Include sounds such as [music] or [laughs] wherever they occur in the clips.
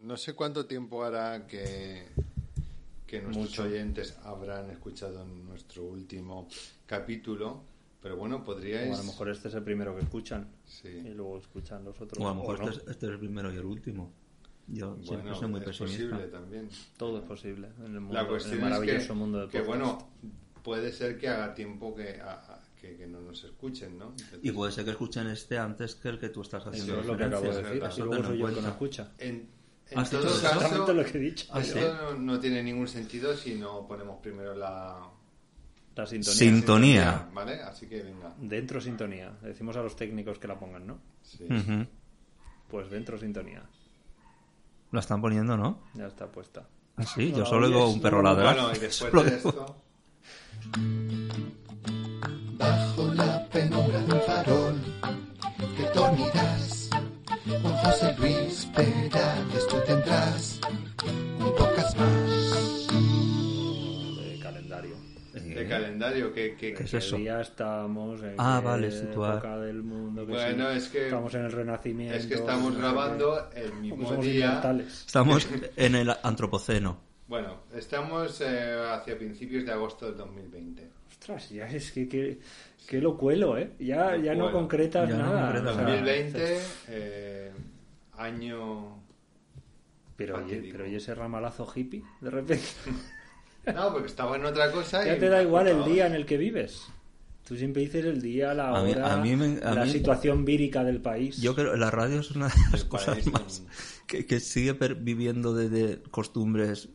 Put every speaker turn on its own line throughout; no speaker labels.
No sé cuánto tiempo hará que, que nuestros
Mucho.
oyentes habrán escuchado nuestro último capítulo, pero bueno, podríais...
O a lo mejor este es el primero que escuchan
Sí.
y luego escuchan los otros.
O a lo mejor
no.
este, es, este es el primero y el último. Yo siempre
bueno,
soy muy
es
pesimista.
posible también.
Todo es posible en el, mundo,
La
en el
cuestión es
maravilloso
que,
mundo del
que,
podcast.
bueno, puede ser que haga tiempo que, a- a- que, que no nos escuchen, ¿no? Entonces,
Y puede ser que escuchen este antes que el que tú estás haciendo.
Eso es lo que acabo de
Pues
decir.
referencia.
Así
Eso
luego
tenlo
soy
en
yo el que no
cuenta.
escucha.
En, en
¿Has
todo
dicho eso?
caso,
Exactamente lo que he dicho.
Ah,
esto
sí.
no, no tiene ningún sentido si no ponemos primero la
La sintonía.
Sin- Sintonía.
¿Vale? Así que venga.
Dentro sintonía. Le Decimos a los técnicos que la pongan, ¿no?
Sí.
Ujú.
Pues dentro sintonía.
Lo están poniendo, ¿no?
Ya está puesta.
Así,
No
Ah, yo
la
solo oigo
oyes.
un perro ladrar.
Bueno, y
[laughs]
después
Solo
de
oigo-
esto. Bajo la penumbra de un farol te dormirás. Con José Luis Perales tú tendrás un pocas más.
de calendario.
Eh,
De calendario, que, que,
¿Qué es
¿Qué
eso?
día estamos? ¿En
Ah,
qué
vale, situar.
época del mundo? que
Bueno,
sí,
es que-
Estamos en el Renacimiento.
es que estamos
no sé
grabando
qué.
el
Como
mismo
somos
día.
inmortales.
Estamos en el antropoceno.
Bueno, estamos eh, hacia principios de agosto del 2020.
Ostras, ya es que... que... Qué lo cuelo, ¿eh? Ya, ya no
Bueno,
concretas
ya no
nada.
concretas
o sea,
nada.
2020, eh, año.
Pero oye,
Fatídico.
pero oye ese ramalazo hippie, de repente.
[laughs] No, porque estaba en otra cosa.
ya
y
te
me
da
ha
igual el
juntado.
día en el que vives. Tú siempre dices el día, la hora,
A mí- a mí me- a
la
mí-
situación vírica del país.
Yo creo que la radio es una de las
El
cosas
país
más
también.
que, que sigue per- viviendo de, de costumbres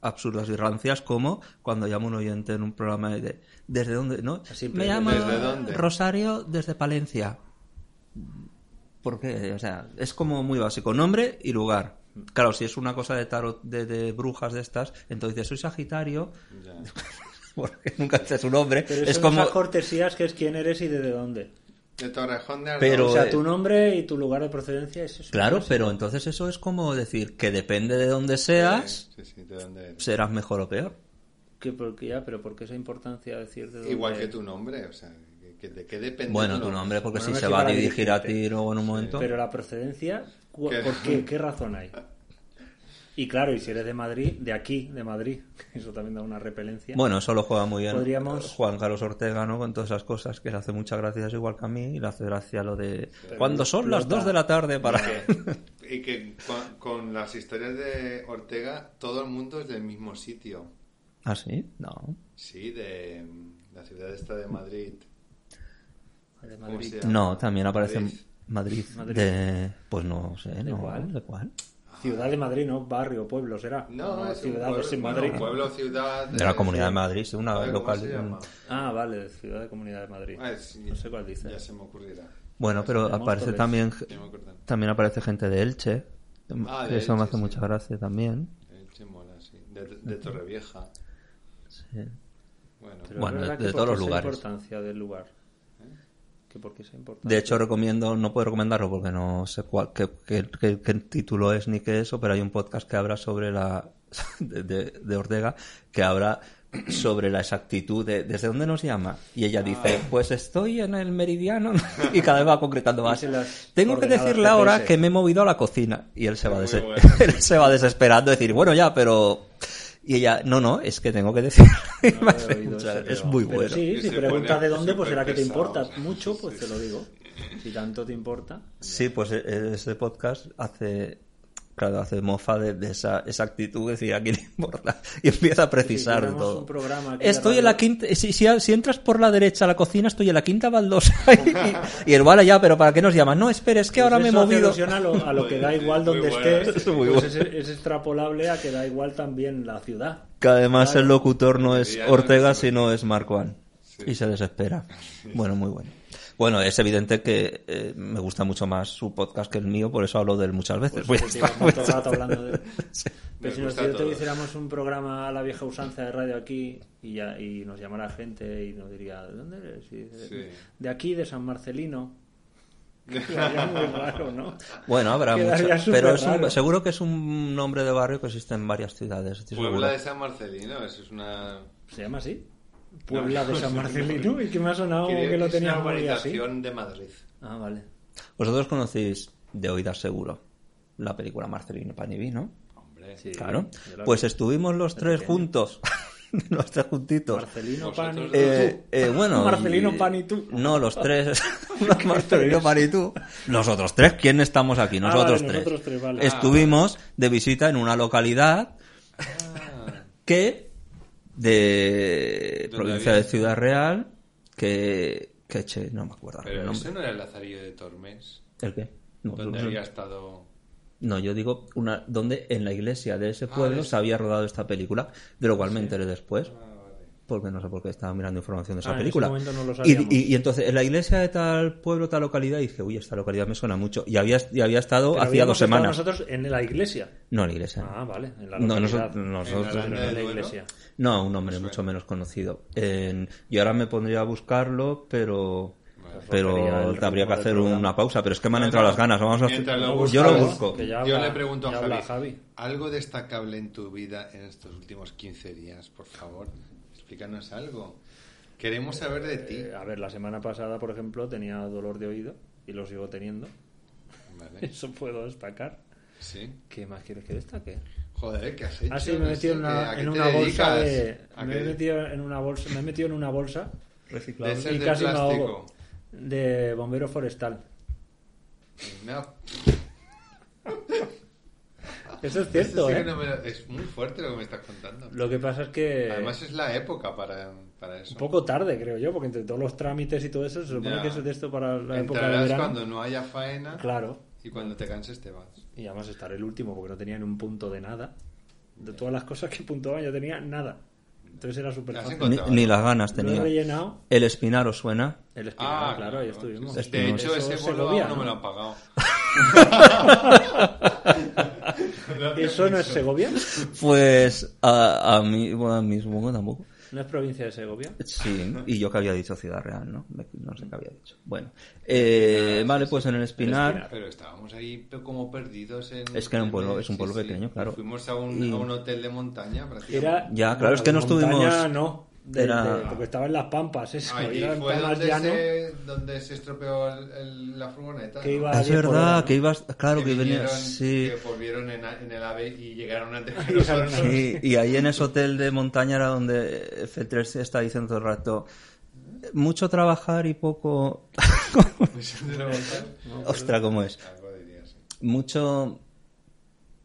absurdas y rancias, como cuando llama un oyente en un programa de, de- desde dónde, ¿no?
Siempre,
Me llama
¿desde dónde?
Rosario desde Palencia. ¿Por qué? O sea, es como muy básico, nombre y lugar. Claro, si es una cosa de tarot, de, de brujas de estas, entonces dices, soy Sagitario, [laughs]
Ya.
porque nunca dices su nombre.
Pero
es
son
como
esas cortesías que es quién eres y desde dónde.
De Torrejón de Ardoz.
Pero,
o sea,
eh,
tu nombre y tu lugar de procedencia es eso.
Claro, pero entonces eso es como decir que depende de dónde seas,
Sí, sí, ¿de dónde eres?
serás mejor o peor.
Que por- que ya, pero ¿por qué esa importancia decir de dónde?
Igual que tu nombre, o sea, que- que- ¿de qué depende?
Bueno, tu nombre, porque
Bueno,
si
no es
se
que
va a
para
dirigir a
dirigirte.
ti luego en un momento.
Pero la procedencia, cu-
¿Qué?
¿por qué? ¿Qué razón hay? Y claro, y si eres de Madrid, de aquí, de Madrid, [laughs] eso también da una repelencia.
Bueno, eso lo juega muy bien eh,
Podríamos-
Juan Carlos Ortega, ¿no? Con todas esas cosas que le hace muchas gracias igual que a mí y le hace gracia lo de cuando son las
explota.
2 de la tarde para...
Y que con, con las historias de Ortega, todo el mundo es del mismo sitio.
[laughs] ¿Ah, sí? No.
Sí, de mm, la ciudad esta de Madrid.
de
¿Cómo
Madrid.
se llama?
No, también aparece
Madrid.
Madrid,
Madrid.
de... Pues no sé, ¿no?
cuál?
¿De cuál?
Ciudad de Madrid, no barrio, pueblo, será.
No, es un
ciudad,
pueblo,
es en
no,
Madrid.
pueblo, ciudad.
De la
eh,
Comunidad de Madrid, sí, una
¿Cómo
local-
se llama?
Ah, vale, ciudad de Comunidad de Madrid.
Ah, sí,
no sé cuál dice.
Ya se me ocurrirá.
Bueno, pero
De
aparece
Móstoles.
también...
Ya me acordé.
También aparece gente de Elche.
Ah,
que
de
eso me
Elche,
hace
sí.
mucha gracia también.
Eh, che, mola, sí. De, de Torrevieja.
Sí.
Bueno,
Pero es
Bueno,
verdad
de-
que
de
¿por
todos
qué
los
esa
lugares.
importancia del lugar?
¿Eh?
¿Que por qué esa importancia?
De hecho, recomiendo, no puedo recomendarlo porque no sé cuál, qué, qué- qué- qué título es ni qué eso, pero hay un podcast que habla sobre la. [laughs] de, de- de Ortega, que habla sobre la exactitud de desde dónde nos llama. Y ella dice,
Ah.
pues estoy en el meridiano, y cada vez va concretando más.
Dice las
Tengo que
coordenadas
decirle ahora
GPS.
que me he movido a la cocina. Y él se va,
Muy
dese-
bueno.
[laughs] él se va desesperando, decir, bueno, ya, pero. Y ella, no, no, es que tengo que decir. [laughs] Y
No
me
lo he
hace [laughs]
oído
mucha-
ese,
es
pero-
muy
pero
bueno.
Sí,
Que
si
se
preguntas
pone
de dónde, pues será que te
superpesados.
importa mucho, pues te lo digo. Si tanto te importa.
Sí, pues e- e- ese podcast hace, claro, hace mofa de, de esa, esa actitud, es decir, a quién le importa, [laughs] y empieza a precisar
tenemos
todo.
un programa aquí de
estoy en
radio.
la quinta, si, si- si entras por la derecha a la cocina, estoy en la
[laughs]
quinta baldosa. y, y el vale ya, pero ¿para qué nos llaman? No, espera, es que ahora
Pues
me
eso
he
hace
movido.
alusión a lo, a lo que da igual
Muy
donde
bueno,
estés.
sí.
Muy
pues es, es extrapolable a que da igual también la ciudad.
Que además el locutor no
Sí,
es
ya no
Ortega,
es-
sino es Marquán.
Sí.
Y se desespera. Bueno, muy bueno. Bueno, es evidente que eh, me gusta mucho más su podcast que el mío, por eso hablo de él muchas veces.
Pues,
Pues
sí,
ya está,
llevamos todo
pues
el
ya
rato
está.
hablando de-
Sí.
Pero
Me
si nos
gusta
yo te
todo.
hiciéramos un programa a la vieja usanza de radio aquí y, ya, y nos llamara gente y nos diría, ¿de dónde eres? Y dice,
Sí.
De aquí, de San Marcelino.
[laughs]
Sería muy raro, ¿no?
Bueno, habrá
Quedaría
muchas,
súper
pero es un-
raro.
seguro que es un nombre de barrio que existe en varias ciudades. estoy seguro.
Puebla de San Marcelino, eso es una...
¿Se llama así? Puebla de San Marcelino. Y que me ha sonado
Creo
que lo
es
tenías
una
por ahí así.
urbanización de Madrid.
Ah, vale.
Vosotros conocéis de oídas seguro la película Marcelino Panivi, ¿no?
Hombre,
Sí.
Claro.
yo la
Pues
vi.
estuvimos los
De
tres
pequeño.
juntos, [laughs] los tres juntitos.
Marcelino
Vosotros
Pan.
dos.
Eh, eh,
[laughs]
bueno,
Marcelino
y-
Pan y tú.
No, los tres. No, Marcelino Pan y tú. Nosotros tres. ¿Quién estamos aquí?
vale,
Nosotros tres.
nosotros tres, vale.
Estuvimos de visita en una localidad que de
¿Dónde
provincia
había?
de Ciudad Real que, que che, no me acuerdo ahora
Pero
el nombre.
ese no era el Lazarillo de Tormes,
¿El qué? No,
donde
no sé.
había estado...
No, yo digo una donde en la iglesia de ese
Ah,
pueblo
de
se había rodado esta película, de lo cual me enteré después,
Ah, vale.
porque no sé por qué estaba mirando información de esa
Ah, en ese
película.
momento no lo
y,
sabíamos.
y- y entonces en la iglesia de tal pueblo, tal localidad, dije, uy, esta localidad me suena mucho. Y había, y había estado
Pero
hacía
habíamos
dos
estado
semanas.
nosotros en la iglesia.
No, en la iglesia.
Ah, vale. En la
No,
localidad.
noso- nosotros-
En la
Pero no
Grande
en la
de Duero.
iglesia.
No, un hombre mucho menos conocido. En- yo ahora me pondría a buscarlo, pero
Bueno.
Rompería el
pero
ritmo
habría que
del
hacer
programa.
una pausa. Pero es que me han
No,
entrado
no.
las ganas. Vamos a...
Mientras lo
Yo lo
buscas,
busco.
que ya-
Yo
habla-
le pregunto a
ya
Javi,
habla Javi.
¿algo destacable en tu vida en estos últimos 15 días? Por favor, explícanos algo. Queremos saber de ti.
Eh, a ver, la semana pasada, por ejemplo, tenía dolor de oído y lo sigo teniendo. [laughs]
¿Vale?
Eso puedo destacar.
Sí.
¿Qué más quieres que destaque?
Joder, ¿qué has hecho?
Ah, sí, me he
No
metido
sé,
en
¿a
una,
qué
en
te
una bolsa
dedicas?
de...
¿A
Me
qué-
he metido en una bolsa... Me he metido en una bolsa
de esas
y
de
casi me
plástico?
ahogo. De bombero forestal.
No,
Eso es
esto
cierto,
Ah, sí que
¿eh?
no me lo- Es muy fuerte lo que me estás contando.
Lo que pasa es que...
Además es la época para, para eso.
Un poco tarde, creo yo, porque entre todos los trámites y todo eso, se supone
Ya.
que es de esto para la época de
Entrarás
verano.
cuando no haya faena
Claro.
y cuando te canses te vas.
Y además estaré el último, porque no tenía ni un punto de nada. De todas las cosas que puntuaban, yo tenía nada. Entonces era súper
Las
fácil.
encontré.
Ni, ni las ganas
Lo he
tenía.
rellenado.
El espinar os suena.
El espinal,
Ah,
claro, ahí
claro,
estuvimos.
sí, sí.
Espinal.
De hecho,
Eso
ese
se
vuelo
Segovia,
aún no
¿no?
me lo han pagado.
[laughs] ¿Eso no es Segovia?
Pues a, a mí, bueno, a mí supongo tampoco.
¿No es provincia de Segovia?
Sí, y yo que había dicho Ciudad Real, ¿no? Me- No sé qué había dicho. Bueno, eh, vale, pues en el espinar.
Pero estábamos ahí pe- como perdidos en...
Es que era un pueblo-
en-
es un pueblo pequeño, claro.
Fuimos a un,
Y-
a un hotel de montaña
Era...
prácticamente.
Ya, claro, es que no
montaña,
estuvimos-
no. de-
Era-
de- porque estaba en las pampas, eso.
Allí
era
fue
más
donde
llano
se, donde se estropeó el- el- la furgoneta.
que
¿no?
iba a
Ah, Es
diez por hora,
verdad,
¿no?
que ibas. Claro, que venía.
vinieron,
Sí.
Que volvieron en, a- en el AVE y llegaron antes
[laughs]
que
Llegaron
nosotros.
Sí, y ahí en ese hotel de montaña era donde F3 se está diciendo todo el rato. Mucho trabajar y poco. [laughs]
¿De la montaña?
Ostras, ¿cómo es?
Algo diría, sí.
Mucho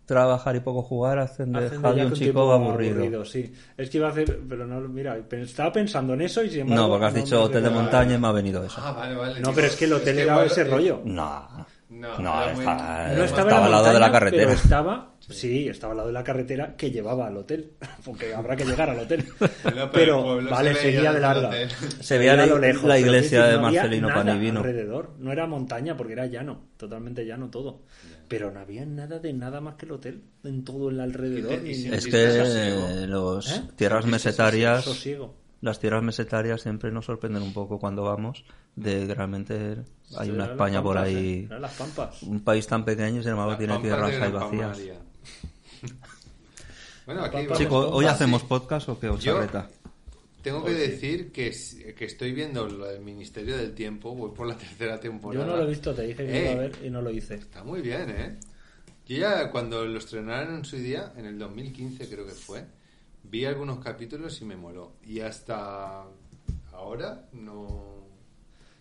trabajar y poco jugar hacen de
Hacen de
Javi
Jack
un chico
tipo
aburrido.
sí. Es que iba a hacer, pero no, mira, pe- estaba pensando en eso y sin embargo,
No, porque has
me
dicho hotel de
acordaba.
montaña y me ha venido eso.
Ah, vale, vale.
No,
digo,
pero es que el hotel
que
era
igual-
ese
eh,
rollo.
No,
No,
no,
era muy-
está,
no
No
Eh, estaba
estaba, en la
al lado de la
montaña,
carretera.
Pero
[laughs]
estaba, sí. estaba al lado de la carretera que llevaba al hotel, [laughs] porque habrá que llegar al hotel.
[laughs] pero el
pero
pueblo
vale,
se veía
seguía de
desde el
larga.
hotel.
[laughs]
Se veía
Era
la- la
pero
iglesia
quiero
de
no había
Marcelino
nada
Panivino.
alrededor, no era montaña porque era llano, totalmente llano todo. Pero no había nada de nada más que el hotel en todo el alrededor.
Y
ni-
sin-
Es
Sentiste
que
sosiego.
los
¿Eh?
tierras
Sentiste
mesetarias,
sosiego.
las tierras mesetarias siempre nos sorprenden un poco cuando vamos. De que realmente hay
Eran
una
las
España por
pampas,
ahí,
¿eh? Eran las pampas.
un país tan pequeño, sin embargo,
Las
tiene
pampas
tierras
de
ahí
la
vacías.
[laughs]
Pamaria. bueno, aquí
pampas.
vamos
Chicos,
con-
hoy
Ah,
hacemos
sí.
podcast o qué os
Yo-
arreta?
Tengo que decir que, s- que estoy viendo lo del Ministerio del Tiempo, voy por la [laughs] tercera temporada.
Yo no lo he visto, te dije que
Eh,
iba a ver y no lo hice.
Está muy bien, ¿eh? Yo ya cuando lo estrenaron en su día, en el 2015 creo que fue, vi algunos capítulos y me moló. Y hasta ahora no...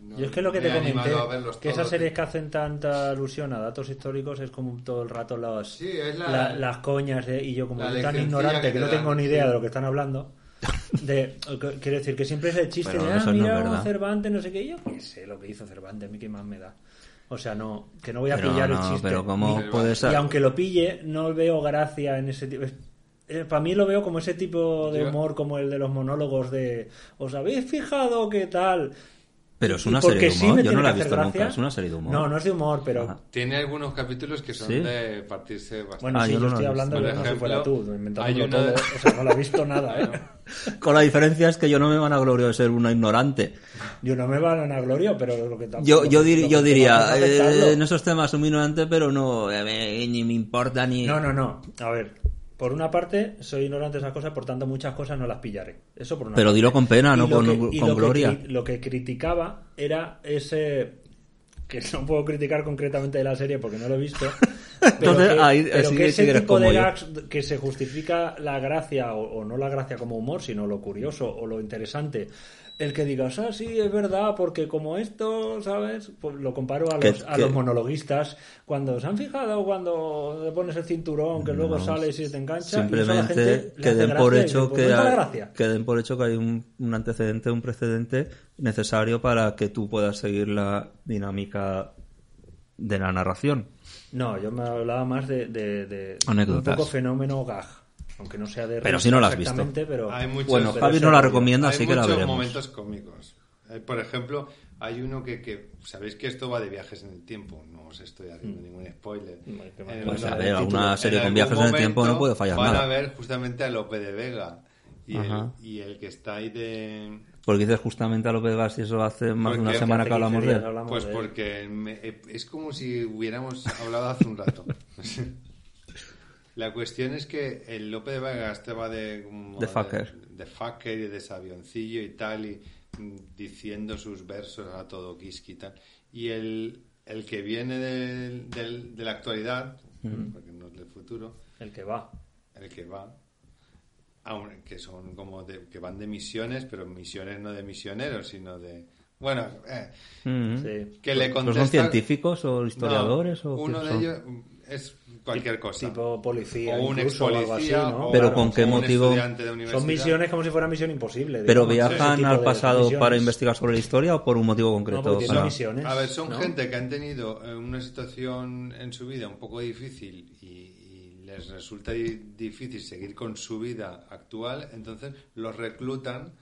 no
Yo es que lo que
me
te
he
comenté,
animado a verlos
que esas
todos.
series que hacen tanta alusión a datos históricos es como todo el rato las,
Sí, es la-
la- las coñas de- y yo como
la
soy tan
leccioncilla
ignorante que,
que te
no
dan,
tengo ni idea
sí.
de lo que están hablando. De, que- quiero decir que siempre es el chiste
Pero
de,
eso
ah,
no es
mira,
verdad.
Cervantes, no sé qué, Y yo qué sé lo que hizo Cervantes, a mí qué más me da. O sea, no, que no voy a
Pero
pillar el
no,
chiste.
pero ¿cómo
Ni-
puede ser?
Y aunque lo pille, no veo gracia en ese tipo. es- eh, Para mí lo veo como ese tipo de
Yo-
humor, como el de los monólogos de. ¿Os habéis fijado qué tal?
Pero es una
Y porque
serie de
sí
humor.
me
Yo
tiene
no la he
que hacer
visto nunca.
gracia.
Es una serie de humor. Ah.
No, no es de humor, pero.
Ajá.
Tiene algunos capítulos que son
Sí.
de partirse bastante.
Bueno,
Ah,
sí,
yo
yo,
no lo
estoy
he
hablando
visto.
de
Por
como si fuera
ejemplo,
tú,
hay
inventándolo
una-
todo. O sea, no lo he
[laughs]
visto nada, ¿eh?
Con la diferencia es que yo no me van a glorioso de ser una ignorante.
Yo no me van a gloria, pero lo que tampoco.
Yo, yo, dir-
lo que
yo
te van
diría,
a
eh,
aceptarlo.
en esos temas un ignorante, pero no, eh, me- ni me importa ni...
No, no, no. A ver. Por una parte, soy ignorante de esas cosas, por tanto, muchas cosas no las pillaré. Eso por una
Pero
parte.
dilo con pena,
Y
no
lo
con-
y
con
lo que
gloria.
cri- lo que criticaba era ese. que no puedo criticar concretamente de la serie porque no lo he
[laughs]
visto. Pero
Entonces,
que,
ahí-
pero que
así sí que
ese
eres
tipo
como
de
yo.
gags que se justifica la gracia, o, o no la gracia como humor, sino lo curioso o lo interesante. El que digas, ah, sí, es verdad, porque como esto, ¿sabes? Pues lo comparo a
Que-
los, a
que-
los monologuistas. Cuando se han fijado, cuando te pones el cinturón, que luego
No,
sales y te engancha. y eso a la
Simplemente
gente le
que
hace
den por
gracia y
hecho
dice,
que
"Pues no está la
hay,
gracia".
que den por hecho que hay un, un antecedente, un precedente necesario para que tú puedas seguir la dinámica de la narración.
No, yo me hablaba más de, de- de
Anécdotas.
un poco fenómeno gag, aunque no sea de
Pero
risa
si no la has visto.
exactamente, pero
Hay muchos,
bueno,
pero
Javi
eso-
no la recomienda,
hay
así que la
muchos
veremos.
momentos cómicos. Eh, Por ejemplo, hay uno que, que- sabéis que esto va de viajes en el tiempo. No os estoy haciendo ningún spoiler.
qué
En
mal.
Mm. Pues
uno
a
del
ver,
título,
una serie
en
con
algún
viajes en el tiempo
momento
no puede fallar
van
nada.
a ver justamente a Lope de Vega y el,
Ajá.
y el que está ahí de
Porque dices justamente a López Vaz y eso hace más de
Porque
una
hace
semana que
15
hablamos de
días
él.
hablamos
pues
de él.
porque me- eh, es como si hubiéramos hablado hace un rato. La cuestión es que el Lope de Vega este va de... como
De
de-
fucker.
De fucker y de sabioncillo y tal, y mm, diciendo sus versos a todo quisqui y tal. Y el, el que viene del- del- de la actualidad, porque no es del futuro,
el que va.
el que va a un- que son como de- que van de misiones pero misiones no de misioneros sino de bueno eh,
Ujú.
Sí.
que le
¿Pero
contesta
Pues, ¿Son científicos o
No,
historiadores? o
uno
qué
de
son?
ellos es cualquier cosa
Tipo policía,
o un ex
incluso, o algo así,
policía
¿no?
Pero
Claro,
con qué
un
motivo-
estudiante de universidad.
Son misiones como si fuera misión imposible.
¿Pero
digamos, ese
viajan
tipo
al
de
pasado
misiones.
para investigar sobre la historia o por un motivo
No,
concreto?
porque
para-
son misiones.
a ver son
¿no?
gente que han tenido eh, una situación en su vida un poco difícil y, y les resulta di- difícil seguir con su vida actual entonces los reclutan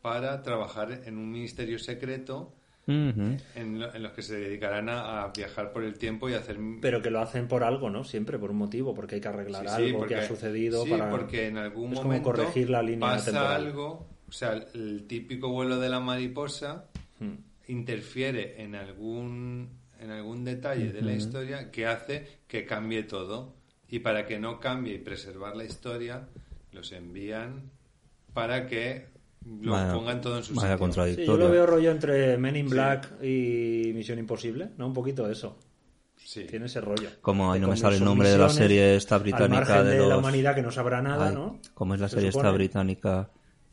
para trabajar en un ministerio secreto
Ujú.
en, lo- en los que se dedicarán a, a viajar por el tiempo y hacer
Pero que lo hacen por algo, ¿no? Siempre por un motivo, porque hay que arreglar
Sí, sí,
algo
porque-
que ha sucedido
sí,
para.
porque en algún
es como
momento
corregir la línea
pasa
temporal.
algo o sea el, el típico vuelo de la mariposa
Hmm.
interfiere en algún en algún detalle de la historia que hace que cambie todo y para que no cambie y preservar la historia los envían para que lo
Vaya-
pongan todo en su
vaya
sitio
Sí,
contradictorio.
yo lo veo rollo entre Men in Black y Misión Imposible, ¿no? Un poquito eso.
Sí.
Tiene ese rollo.
Como ahí no
Que
me
con
sale el
sus
nombre de la
misiones,
serie esta británica
Al margen
de
de, la
los-
humanidad que no sabrá nada,
Ay,
¿no?
Como es la
Se
serie esta
supone.
británica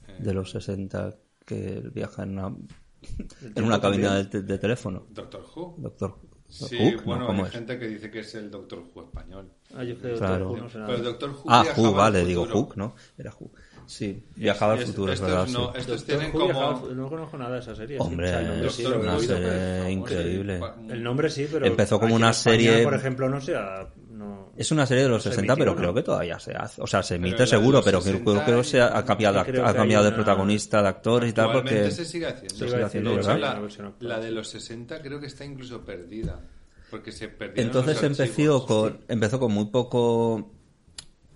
Eh.
de los 60 que viaja en
[laughs]
una, en
tiempo
una cabina de,
también.
de teléfono?
Doctor Who
Doctor
sí
Hook, ¿no?
bueno
¿Cómo
hay
es?
gente que dice que es el Doctor Who español
Ah, yo creo que
Claro.
Doctor Who no será.
pero el Doctor Who
Ah,
viajaba
Who,
al
vale, digo
futuro.
Hook, ¿no? Era Hook. Sí, viajaba al
Es-
futuro, es
estos
verdad.
no,
sí.
estos
Doctor
pues tienen
Who
como
viajaba- No conozco nada de esa serie.
Hombre,
O sea, el nombre
es
sí, lo he
una
oído,
serie
pero es famoso,
increíble.
pa-
El nombre sí, pero.
Empezó como
aquí en
una
España,
serie-
Por ejemplo, no sé. ah, No...
Es una serie de los
Se
60, pero
emitió, ¿no?
creo que todavía se hace. O sea, se
Pero
emite
la de
seguro,
los
pero creo,
60
creo que se ha cambiado,
creo
ha
que
cambiado
hay
de
una-
protagonista, de actores y tal,
Actualmente
porque...
se sigue haciendo.
se sigue haciendo,
De hecho,
¿verdad?
la,
Una versión actual.
la de los 60 creo que está incluso perdida. Porque se perdió.
Entonces empezó con, empezó con muy poco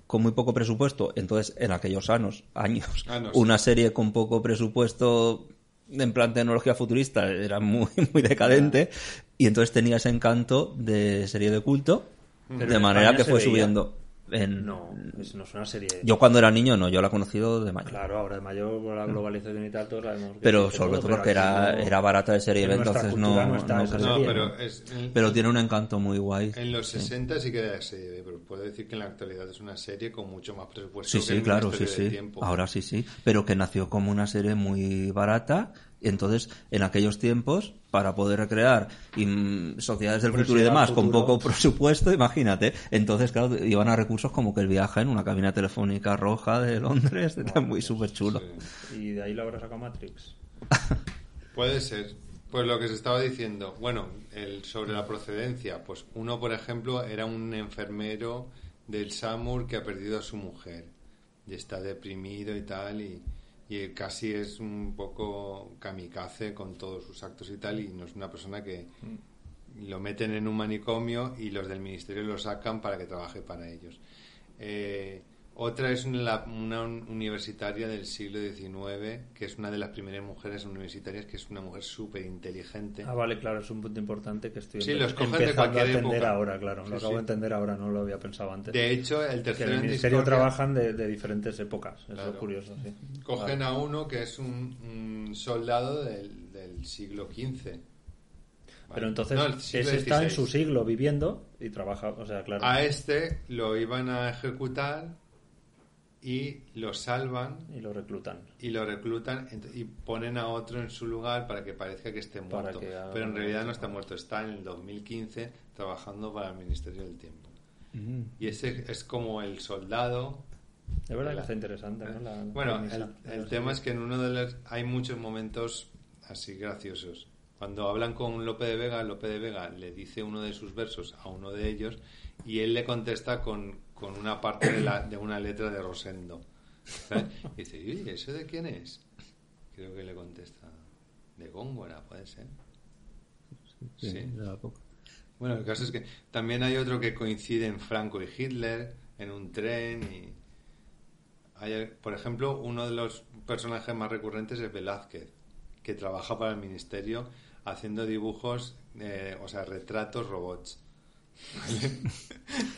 con muy poco presupuesto. Entonces, en aquellos años, años,
Años.
una serie con poco presupuesto en plan tecnología futurista era muy, [laughs] muy decadente. Y entonces tenía ese encanto de serie de culto,
Pero
de
en
manera
España
que
se
fue
veía.
subiendo. En,
No, es- no es una serie.
Yo cuando era niño no, yo la he conocido de mayor.
Claro, ahora de mayor, por la globalización y tal, todos sabemos. que
Pero
existe
sobre
todo,
todo
pero
porque
aquí
era,
no-
era barata de serie
en
B,
nuestra
entonces
cultura
no,
no está
no
esa
creo.
No,
serie,
pero
¿no?
es- en,
Pero tiene un encanto muy guay.
en los 60 sí que era serie, pero puedo decir que en la actualidad es una serie con mucho más presupuesto.
Sí,
que
sí,
el
claro, sí,
Ministerio de
sí.
Tiempo.
Ahora sí, sí. Pero que nació como una serie muy barata. y Entonces, en aquellos tiempos, para poder recrear im- sociedades del
Hombre,
futuro y
si era
demás con
futuro.
poco presupuesto, imagínate. Entonces, claro, iban a recursos como que el viaje en una cabina telefónica roja de Londres, era muy súper chulo.
Y de ahí la habrá sacado Matrix.
Puede ser. Pues lo que se estaba diciendo, bueno, el, sobre la procedencia, pues uno, por ejemplo, era un enfermero del Samur que ha perdido a su mujer y está deprimido y tal, y, y casi es un poco kamikaze con todos sus actos y tal, y no es una persona que
Mm.
lo meten en un manicomio y los del ministerio lo sacan para que trabaje para ellos. Eh, otra es una, una universitaria del siglo XIX, que es una de las primeras mujeres universitarias, que es una mujer súper inteligente.
Ah, vale, claro, es un punto importante que estoy
Sí,
empe-
los cogen de
empezando a
cualquier
entender
época.
ahora, claro.
Sí,
lo acabo de
sí.
entender ahora, no lo había pensado antes.
De hecho, el
que
tercero
en el
en
ministerio
discordia-
trabajan de, de diferentes épocas. Eso es
Claro.
curioso, sí.
Cogen a uno que es un, un soldado del, del siglo XV. Vale.
Pero entonces,
No, el siglo
ese está en
XVI.
su siglo viviendo y trabaja, o sea, claro.
A este lo iban a ejecutar y lo salvan
Y lo reclutan.
y lo reclutan ent- y ponen a otro en su lugar para que parezca que esté
Para
muerto.
que haga-
Pero en realidad no está muerto, está en el 2015 trabajando para el Ministerio del Tiempo.
Mm.
Y ese es como el soldado
Es verdad que
La-
está interesante, ¿no? La-
Bueno,
premisa.
el, el tema es que en uno de los hay muchos momentos así graciosos. Cuando hablan con Lope de Vega, Lope de Vega le dice uno de sus versos a uno de ellos y él le contesta con, con una parte de, la- de una letra de Rosendo. ¿sabes? Y dice, "Uy, ¿eso de quién es? Creo que le contesta, de Góngora, puede ser. Sí. Bueno, el caso es que también hay otro que coincide en Franco y Hitler, en un tren y... hay, por ejemplo, uno de los personajes más recurrentes es Velázquez, que trabaja para el ministerio haciendo dibujos, eh, o sea, retratos robots.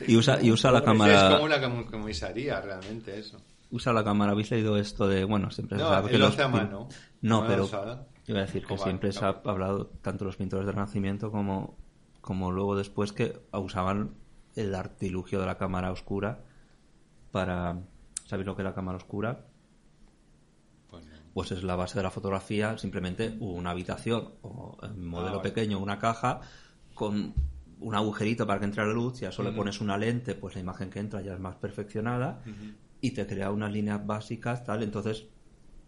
Y usa, y usa la
Es
cámara.
como una com- comisaría, realmente, eso.
Usa la cámara. ¿Habéis leído esto de.? Bueno, siempre se
No,
sabe
él
que
lo
los
hace a
pin-
mano.
No,
Mano
pero.
alzada.
Yo iba a decir que
Cobar,
siempre se ha
claro.
hablado, tanto los pintores del Renacimiento como, como luego después, que usaban el artilugio de la cámara oscura para. ¿Sabéis lo que es la cámara oscura?
Pues no.
pues es la base de la fotografía, simplemente una habitación o en modelo
Ah, vale.
pequeño, una caja con un agujerito para que entre la luz y a eso le pones una lente, pues la imagen que entra ya es más perfeccionada y te crea unas líneas básicas, tal. Entonces,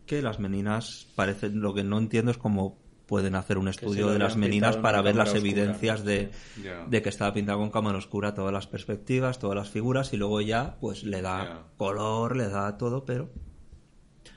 que las meninas parecen, lo que no entiendo es cómo pueden hacer un
se
estudio
lo
de las
hayan
meninas
pintado en
para
una
ver las
cámara oscura,
evidencias
¿no?
de,
Ya.
de que estaba pintado con cámara oscura todas las perspectivas, todas las figuras y luego ya pues le da
Ya.
color, le da todo, pero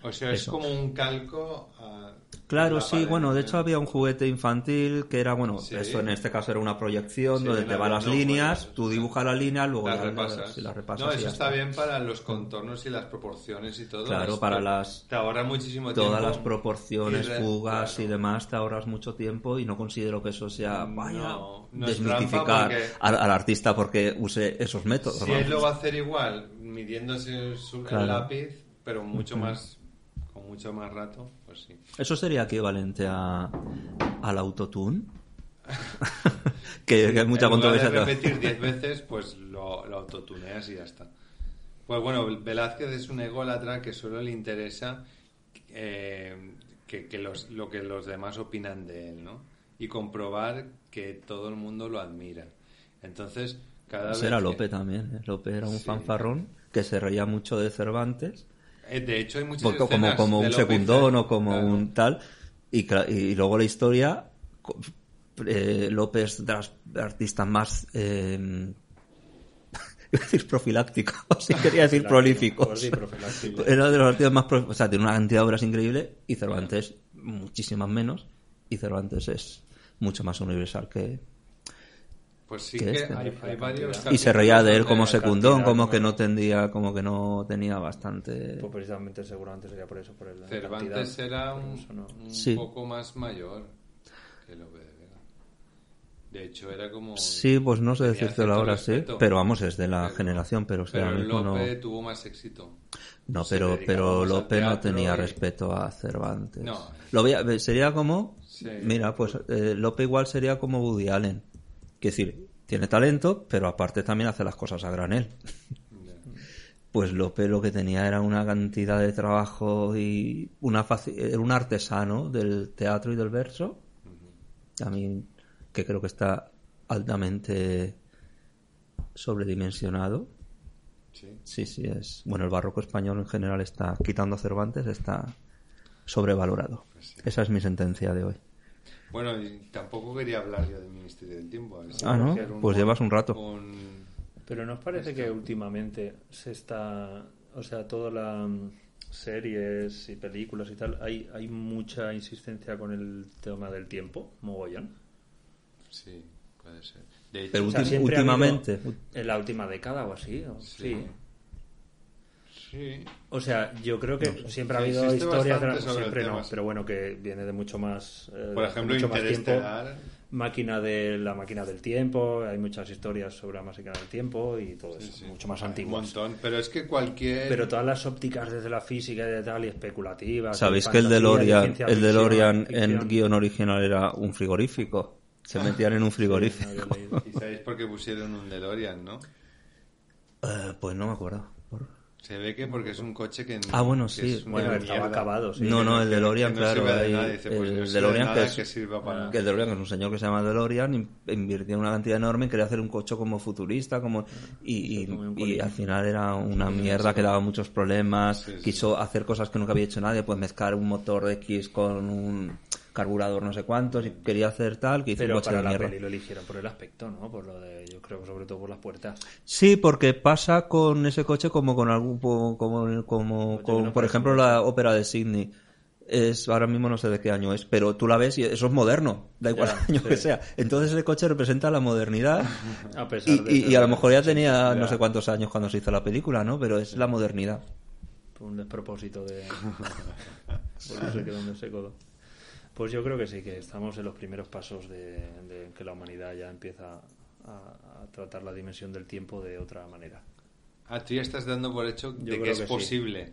O sea, es
Eso.
como un calco. a-
Claro,
la
sí,
pared,
bueno, de
¿eh?
hecho había un juguete infantil que era, bueno,
Sí.
eso en este caso era una proyección
Sí,
donde te
la-
va las
no,
líneas,
bueno,
tú
sí.
dibujas la línea, luego
Las
ya
repasas.
y las repasas
No,
y
eso
ya
está
está.
bien para los contornos y las proporciones y todo.
Claro,
Esto
para las-
Te ahorra muchísimo tiempo.
Todas las proporciones,
Y re-
fugas
claro.
y demás, te ahorras mucho tiempo y no considero que eso sea, vaya,
No, no es trampa
desmitificar
porque-
al, al artista porque use esos métodos.
Si
¿no?
él lo va a hacer igual, midiéndose su,
Claro.
el lápiz, pero mucho más. con mucho más rato, pues sí.
Eso sería equivalente a,
[laughs]
al autotune. [laughs] que, que hay mucha
en lugar
controversia.
de repetir 10 veces, pues lo, lo autotuneas y ya está. Pues bueno, Velázquez es un ególatra que solo le interesa eh, que, que los, lo que los demás opinan de él, ¿no? Y comprobar que todo el mundo lo admira. Entonces, cada vez.
Ese Pues era
que-
Lope también. ¿eh? Lope era un
Sí.
fanfarrón que se reía mucho de Cervantes,
Eh, De hecho, hay muchas
porque como,
escenas
como
de
un
Lope y
secundón
Cer-
o como
claro.
un tal. Y, cla- y luego la historia, co- eh, Lope es de las artistas más... eh, [laughs] iba a decir [laughs] profilácticos, si quería decir
Profiláctico,
prolíficos.
sí, profiláctico.
Era de los artistas más... pro- O sea, tiene una cantidad de obras increíble y Cervantes muchísimas menos. Y Cervantes es mucho más universal que,
Pues sí
¿Qué
que
es?
hay, hay varios.
y se reía de él
capítulos
como
donde-
secundón,
cantidad,
como que
claro.
no tendía, como que no tenía bastante.
Pues precisamente, seguramente sería por eso, por el.
Cervantes era un,
eso no.
un
Sí.
poco más mayor que Lope de Vega. De hecho, era como.
Sí, pues no sé
tenía
decirte la
cierto
hora, sí.
respeto.
Pero vamos, es de la
Pero-
generación, pero o sea,
Pero
ahora mismo
Lope
no.
tuvo más éxito.
No,
se
pero,
dedicaba
pero
más al
Lope no
teatro
tenía
y-
respeto a Cervantes.
No.
Lo veía- ve- sería como.
Sí.
Mira, pues eh, Lope igual sería como Woody Allen. Quiero decir, tiene talento, pero aparte también hace las cosas a granel. Pues Lope lo que tenía era una cantidad de trabajo y una faci- era un artesano del teatro y del verso. A mí, que creo que está altamente sobredimensionado.
Sí.
Sí, sí, es. Bueno, el barroco español en general está, quitando a Cervantes, está sobrevalorado.
Pues
Esa es mi sentencia de hoy.
Bueno, y tampoco quería hablar yo del Ministerio del Tiempo. a ver si
Ah,
puedo
¿no?
hacer un-
Pues llevas un rato.
un-
Pero ¿nos parece que últimamente se está, o sea, toda la, mm, series y películas y tal, hay, hay mucha insistencia con el tema del tiempo, mogollón.
Sí, puede ser. De
Pero
hecho,
O sea,
ultim-
siempre ha
últimamente.
habido- en la última década o así, o-
Sí.
sí.
sí.
O sea, yo creo que siempre ha
Sí,
habido
existe
historias,
bastante
de-
sobre el
siempre no,
tema.
pero bueno, que viene de mucho más, eh,
Por
de
ejemplo,
mucho más tiempo.
Interestelar.
Máquina de la máquina del tiempo, hay muchas historias sobre la máquina del tiempo y todo eso,
Sí, sí.
mucho más
Hay
antiguas.
Un montón, pero es que cualquier. [laughs]
Pero todas las ópticas desde la física y de tal y especulativas.
¿Sabéis
y
que el
Ah, fantasía y
DeLorean,
ciencia
el DeLorean
ficción,
en
ficción?
guión original era un frigorífico? Se metían en un frigorífico.
había leído.
Y sabéis por qué pusieron un DeLorean, ¿no?
Eh, pues no me acuerdo. ¿Por?
Se ve que porque es un coche que.
Ah, bueno,
que
sí.
es una
Bueno,
mierda.
estaba acabado, sí.
no, no, el DeLorean,
que no
claro.
sirve de
hay-
nada, dice, pues, no
el
sirve de
DeLorean, que
nada
es, Ah.
que sirva para-
que el DeLorean, que es un señor que se llama DeLorean, in- invirtió una cantidad enorme en querer hacer un coche como futurista, como y, y-
Como un
y
coche.
al final era una mierda que daba muchos problemas.
Sí, sí.
Quiso hacer cosas que nunca había hecho nadie, pues mezclar un motor X con un carburador no sé cuántos y quería hacer tal que hizo un
Pero
coche
para
de
la
mierda.
peli lo eligieron por el aspecto, ¿no? Por lo de, yo creo que sobre todo por las puertas.
Sí, porque pasa con ese coche como con algún po-
Coche
como como, como-
que no
por
parece
ejemplo
un
la ópera de Sydney. Es ahora mismo no sé de qué año es, pero tú la ves y eso es moderno, da igual
Ya,
el año
sí.
que sea. Entonces ese coche representa
[laughs]
la modernidad
A
y,
pesar de
y-
ser
y a lo mejor ya tenía
ya.
no sé cuántos años cuando se hizo la película, ¿no? Pero es la modernidad.
un despropósito de. [laughs] por no sé qué dónde se coló. Pues yo creo que sí, que estamos en los primeros pasos de, de que la humanidad ya empieza a, a tratar la dimensión del tiempo de otra manera.
Ah, tú ya estás dando por hecho de
creo
que es
que sí.
posible.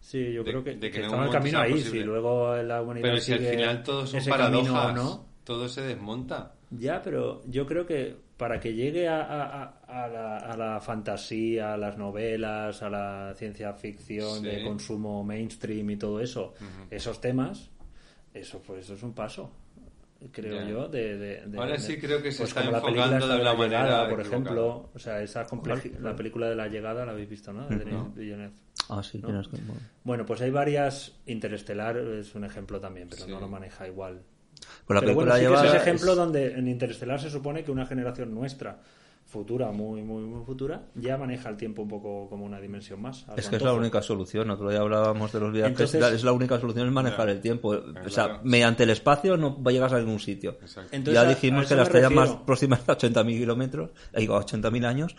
Sí, yo
De-
creo que,
de que
que
en
estamos en
algún
el
momento
camino
será
ahí.
posible.
Si luego la humanidad
Pero si al
sigue
final todo son
ese camino o
paradojas,
no,
todo se desmonta.
Ya, pero yo creo que para que llegue a, a- a- a la, a la fantasía, a las novelas, a la ciencia ficción
Sí.
de consumo mainstream y todo eso, esos temas, eso pues eso es un paso, creo
Ya.
yo. De, de- de-
Ahora
de-
sí creo que se
pues
está
como la película
enfocando
esta
de una
La Llegada,
manera
por
equivocada.
ejemplo, o sea, esa compleji- la película de la llegada la habéis visto, ¿no? De Denis Villeneuve.
Ah, sí,
¿No?
tienes que- bueno.
Bueno, pues hay varias. Interestelar es un ejemplo también, pero
Sí.
no lo maneja igual.
Pues la
Pero bueno,
película
sí que
lleva-
es ese ejemplo
es-
donde en Interestelar se supone que una generación nuestra, futura, muy, muy, muy futura, ya maneja el tiempo un poco como una dimensión más. al
Es que es la
antojo.
única solución, otro día hablábamos de los viajes,
Entonces-
la- es la única solución es manejar
Ya.
el tiempo.
Claro.
O sea, mediante el espacio no va- llegas a ningún sitio.
Exacto.
Entonces,
ya
a- a
dijimos
eso
que las
me
estrellas más
refiero.
próximas a 80.000 kilómetros, eh, digo, a 80.000 años,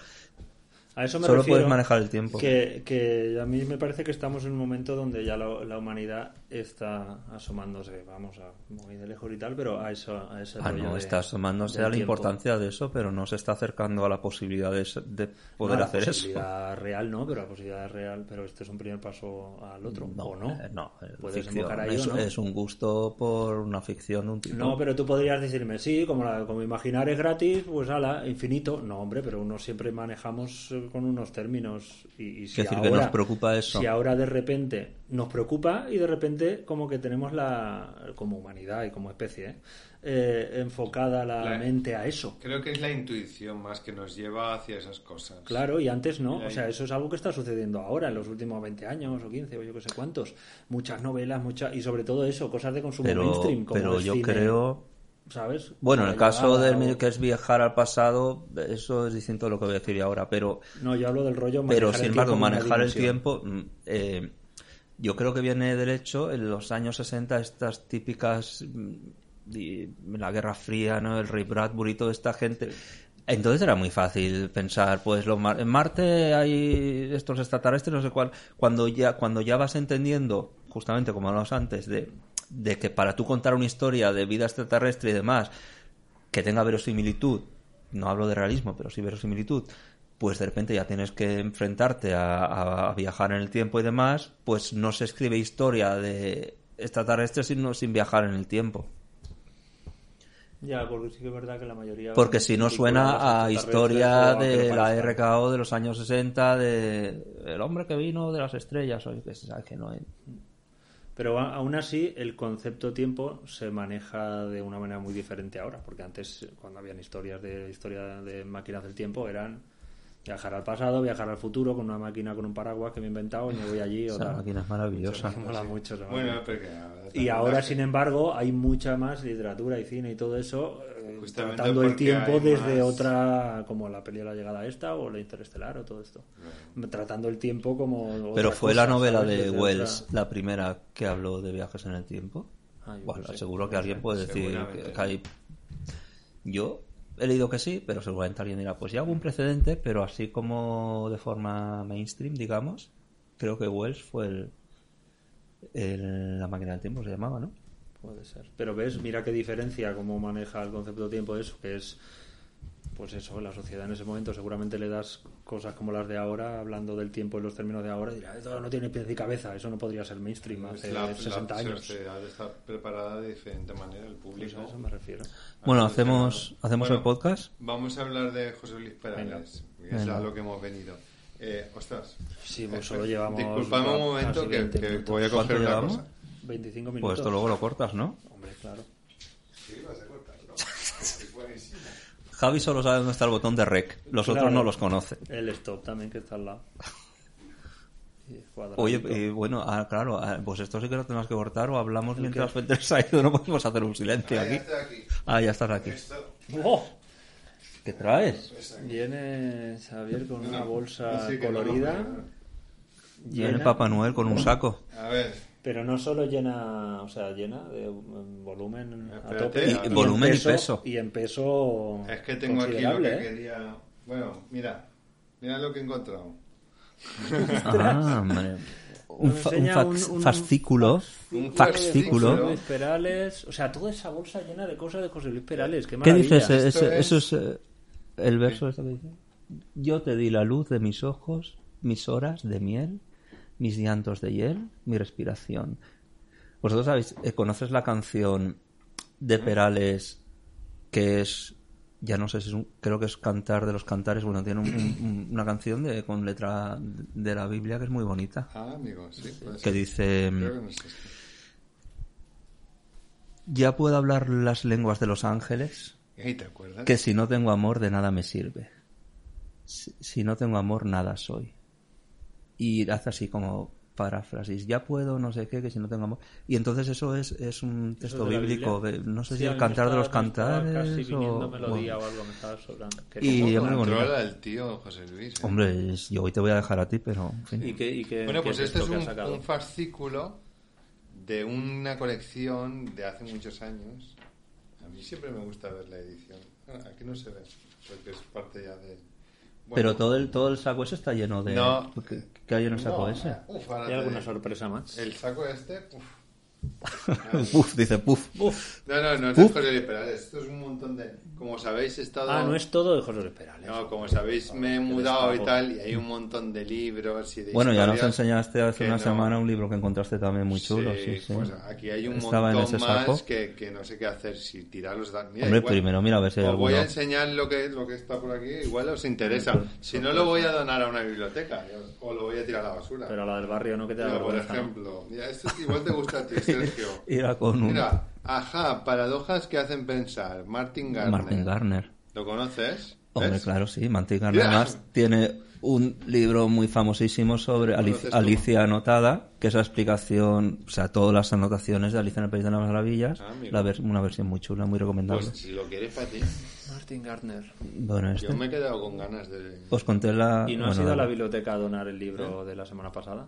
A eso me
solo
refiero
puedes manejar el tiempo.
Que, que a mí me parece que estamos en un momento donde ya la, la humanidad está asomándose, vamos, a muy de lejos y tal, pero a eso a ese
Ah,
rollo
no,
de-
está asomándose
del
a la
tiempo.
importancia de eso, pero no se está acercando a la posibilidad de, se- de poder
No, a
hacer
la
eso.
posibilidad real no, pero la posibilidad real, pero este es un primer paso al otro, ¿o no?
eh, no, eh,
Puedes
ficción.
invocar ahí,
es,
¿o no?
es un gusto por una ficción de un tipo.
No, pero tú podrías decirme, sí, como, la- como imaginar es gratis, pues ala, infinito. No, hombre, pero uno siempre manejamos eh, con unos términos. Y, y si
Quiero decir que
ahora,
nos preocupa eso.
Si ahora de repente nos preocupa y de repente como que tenemos la, como humanidad y como especie, ¿eh? Eh, enfocada la
La-
mente a eso.
Creo que es la intuición más que nos lleva hacia esas cosas.
Claro, y antes no.
Y
O
ahí-
sea, eso es algo que está sucediendo ahora, en los últimos 20 años o 15 o yo que sé cuántos. Muchas novelas, muchas... Y sobre todo eso, cosas de consumo
Pero-
mainstream. Como
pero
el
yo
cine,
creo
¿Sabes?
Bueno, en
La
el caso
llegada
del
o-
medio que es viajar al pasado, eso es distinto a lo que voy a decir yo ahora, pero,
No, yo hablo del rollo
pero
manejar el
sin
tiempo
embargo,
como una
manejar el
dimensión.
tiempo, mm, eh, yo creo que viene del hecho, en los años 60, estas típicas, mm, di- la Guerra Fría, ¿no? el Ray Bradbury, toda esta gente. Entonces era muy fácil pensar, pues lo mar- en Marte hay estos extraterrestres, no sé cuál. Cuando ya, cuando ya vas entendiendo, justamente como hablamos antes, de, de que para tú contar una historia de vida extraterrestre y demás, que tenga verosimilitud, no hablo de realismo, pero sí verosimilitud, pues de repente ya tienes que enfrentarte a, a- a viajar en el tiempo y demás, pues no se escribe historia de extraterrestres sino sin viajar en el tiempo.
Ya, porque sí que es verdad que la mayoría.
Porque si no suena a historia de la
RK
RKO de los años 60, de el hombre que vino de las estrellas, o que se sabe que no es.
Pero a- aún así, el concepto tiempo se maneja de una manera muy diferente ahora. Porque antes, cuando habían historias de historia de máquinas del tiempo, eran viajar al pasado, viajar al futuro con una máquina con un paraguas que me he inventado y me voy allí. O
Esa
tal.
máquina es maravillosa.
Me mola mucho esa máquina.
Bueno, pero que-
Y ahora, sin embargo, hay mucha más literatura y cine y todo eso eh, eh,
Justamente
tratando el
porque
tiempo
hay
desde
más-
otra, como la peli de la llegada esta o la interestelar o todo esto. Tratando el tiempo como...
Pero
otra
fue
cosa,
la novela
¿sabes?
de
Desde
Wells
otra-
la primera que habló de viajes en el tiempo.
Ah, yo
bueno,
no sé.
seguro que alguien puede decir
Seguramente.
que, que hay- Yo he leído que sí, pero seguramente alguien dirá, pues ya hubo un precedente, pero así como de forma mainstream, digamos, creo que Wells fue el... el- la máquina del tiempo se llamaba, ¿no?
Puede ser. Pero ves, mira qué diferencia cómo maneja el concepto de tiempo eso, que es pues eso, la sociedad en ese momento seguramente le das cosas como las de ahora, hablando del tiempo en los términos de ahora, y dirá, eso no tiene pies ni cabeza, eso no podría ser mainstream hace
La-
60
la
eh, años.
sociedad está preparada de diferente manera, el público.
Pues a eso me refiero.
Bueno,
Así que
hacemos,
nada.
hacemos el
Bueno,
podcast.
Vamos a hablar de José Luis Perales, que es
Venga.
a lo que hemos venido. Eh, ostras.
Sí, pues
Eh,
solo llevamos
Disculpadme un
casi
momento que,
20
que
minutos.
voy a
¿Cuánto
coger una
llevamos?
cosa.
25 minutos.
Pues esto luego lo cortas, ¿no?
Hombre, claro.
Sí, vas a cortar, ¿no? Es buenísimo.
Javi solo sabe dónde está el botón de rec, los
Claro.
otros no los conoce.
El stop también que está al lado. [laughs] Y el cuadradito.
Oye, eh, bueno, ah, claro, ah, pues esto sí que lo tenemos que cortar o hablamos mientras Fenders ha ido, no podemos hacer un silencio
Ah, ya
aquí.
está aquí.
Ah, ya estás aquí.
Esto,
¡Oh!
¿Qué traes?
Viene Xavier con una
no,
bolsa
así que
colorida.
vamos
Viene
llena-
Papá Noel con un saco.
a ver. A ver,
Pero no solo llena, o sea, llena de um, volumen a
Espérate,
tope.
Y-
en
volumen y peso.
Y en peso.
es que tengo aquí lo
considerable,
que
¿eh?
quería. Bueno, mira, mira lo que he encontrado.
Ah,
[laughs]
hombre. Un,
Nos
fa- un,
enseña
fax-
un- un
fascículo. Un
José
fascículo.
fascículo.
Luis Perales. O sea, toda esa bolsa llena de cosas de José Luis Perales. Qué
¿Qué
maravilla.
dices? eh,
Esto
ese-
es-
Eso es eh, el verso este que dice. Yo te di la luz de mis ojos, mis horas de miel, mis llantos de hiel, mi respiración. Vosotros sabéis, eh, conoces la canción de Perales que es, ya no sé si es un, creo que es Cantar de los Cantares, bueno, tiene un- un- una canción de, con letra de la Biblia que es muy bonita,
Ah, amigo, sí. puede
que
ser.
dice... mm,
Creo que no es este. esto.
Ya puedo hablar las lenguas de los ángeles,
Ey, ¿te acuerdas?
que si no tengo amor de nada me sirve. Si, si no tengo amor nada soy. Y hace así como paráfrasis, ya puedo, no sé qué, que si no tengo amor. Y entonces eso es, es un
Eso
texto
de la
bíblico,
Biblia.
de- no sé
Sí,
si
a
el
mí me
cantar de
estaba-
los
me estaba Casi
cantares
viniendo
o...
melodía
bueno.
o algo me estaba sobrando. Qué
Y-
rico.
es muy bonito.
controla el tío José Luis. eh?
Hombre, es- yo hoy te voy a dejar a ti, pero... en fin.
¿Y qué- y qué-
Bueno,
qué
pues este
esto
es
que ha
un,
sacado?
un fascículo de una colección de hace muchos años. A mí siempre me gusta ver la edición. Ah, Aquí no se ve, porque es parte ya de... Bueno,
Pero todo el, todo el saco ese está lleno de...
No.
¿Qué, qué hay en el saco
no,
ese? [laughs]
uf, ahora
¿Hay
te
alguna
digo.
sorpresa más?
El saco este... uf.
Puf, dice puf.
No, no, no, no es
Uf.
José Luis Perales. Esto es un montón de... Como sabéis, he estado...
Ah, no es Ah, todo de José Luis Perales.
No, como sabéis, me he
qué
mudado y
destajo.
tal, y hay un montón de libros y de
Bueno, ya nos
historias
enseñaste hace
que
una
no-
semana un libro que encontraste también muy chulo. Sí, sí.
Pues aquí hay un
Estaba en
montón
ese
más
saco.
Que, que no sé qué hacer, si tirarlos... da- Mira,
Hombre,
igual-
primero mira a ver si hay
os voy a
alguno.
enseñar lo que, lo que está por aquí, igual os interesa. Si no, lo voy a donar a una biblioteca o lo voy a tirar a la basura.
Pero la del barrio no que te da
Mira, por
vergüenza, ¿no?
ejemplo, mira, esto igual te gusta a
[laughs]
ti, Sergio.
Era con un
Mira, ajá, paradojas que hacen pensar. Martin Gardner.
Martin Garner.
¿Lo conoces?
Hombre,
¿Ves?
claro, sí. Martin Garner
Mira.
además tiene un libro muy famosísimo sobre
¿Lo
Alic-
conoces tú?
Alicia Anotada, que es la explicación, o sea, todas las anotaciones de Alicia en el País de las Maravillas.
Ah, mira.
la vers- una versión muy chula, muy recomendable.
Pues si lo quieres para ti.
Pues
Martin Gardner.
bueno, este.
Yo me he quedado con ganas de...
Os conté la.
Ah, ¿Y no has
bueno,
ido a
la-
la biblioteca a donar el
¿Eh?
libro de la semana pasada?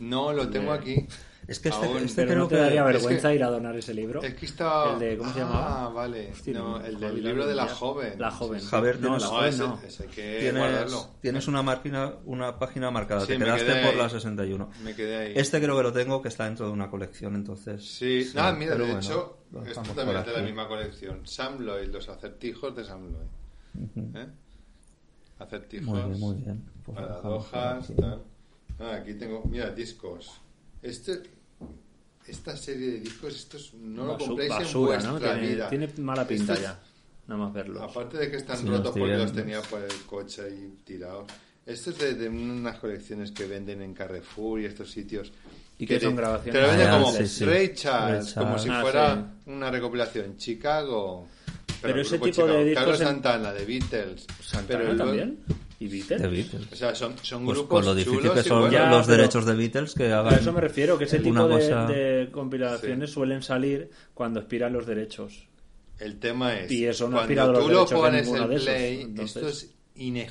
No, lo tengo aquí.
Es que este,
Aún,
este
Pero
creo
no te
que.
daría
es
vergüenza
que-
ir a donar ese libro.
Es que estaba...
El de, ¿cómo se
Ah,
llamaba?
vale.
Hostia,
no, el
joder,
del libro de la
memoria.
joven.
La joven.
Javier,
no,
tienes-
la
No,
joven
ese,
no.
ese hay que
Tienes,
guardarlo.
tienes una, máquina, una página
Eh,
marcada,
Sí,
te
me
quedaste
quedé
por
ahí.
la 61.
Me quedé ahí.
Este creo que lo tengo, que está dentro de una colección, entonces...
Sí, ah, mira,
pero
de
bueno,
hecho,
lo
esto
dejamos
también
por
es de la
aquí.
misma colección. Sam Lloyd, los acertijos de Sam Lloyd. ¿Eh? Acertijos,
Muy bien, muy bien. Pues lo dejamos por
paradojas,
aquí.
tal. Ah, aquí tengo, mira, discos. Este, esta serie de discos, estos no lo
Basu-
compréis
basura,
en
¿no?
vuestra
Tiene,
vida.
tiene mala pinta
Estos-
ya. Nada más verlo.
Aparte de que están
Sí, los
rotos porque los
tiran.
tenía por el coche ahí tirados. Esto es de, de unas colecciones que venden en Carrefour y estos sitios.
Y que son
te-
grabaciones
Te lo venden
Ah, ya,
como
sí, sí.
Ray Charles,
Ray Charles.
como si
Ah,
fuera una recopilación. Chicago.
Pero
el
ese
grupo
tipo de
Chicago.
discos
Carlos
en-
Santana, de Beatles.
¿Santana
Pero el-
también? ¿Y Beatles?
De Beatles.
O sea, son, son
Pues
grupos
con lo difícil
chulos
que
y
son
buenos.
Ya,
los
pero-
derechos de Beatles que hagan...
A eso me refiero, que ese
una
tipo de,
cosa-
de compilaciones suelen salir cuando expiran los derechos.
El tema es,
Y eso no
cuando
aspirador
tú
de
lo
derechos de
pones
ninguno
en
de esos,
play,
entonces.
esto es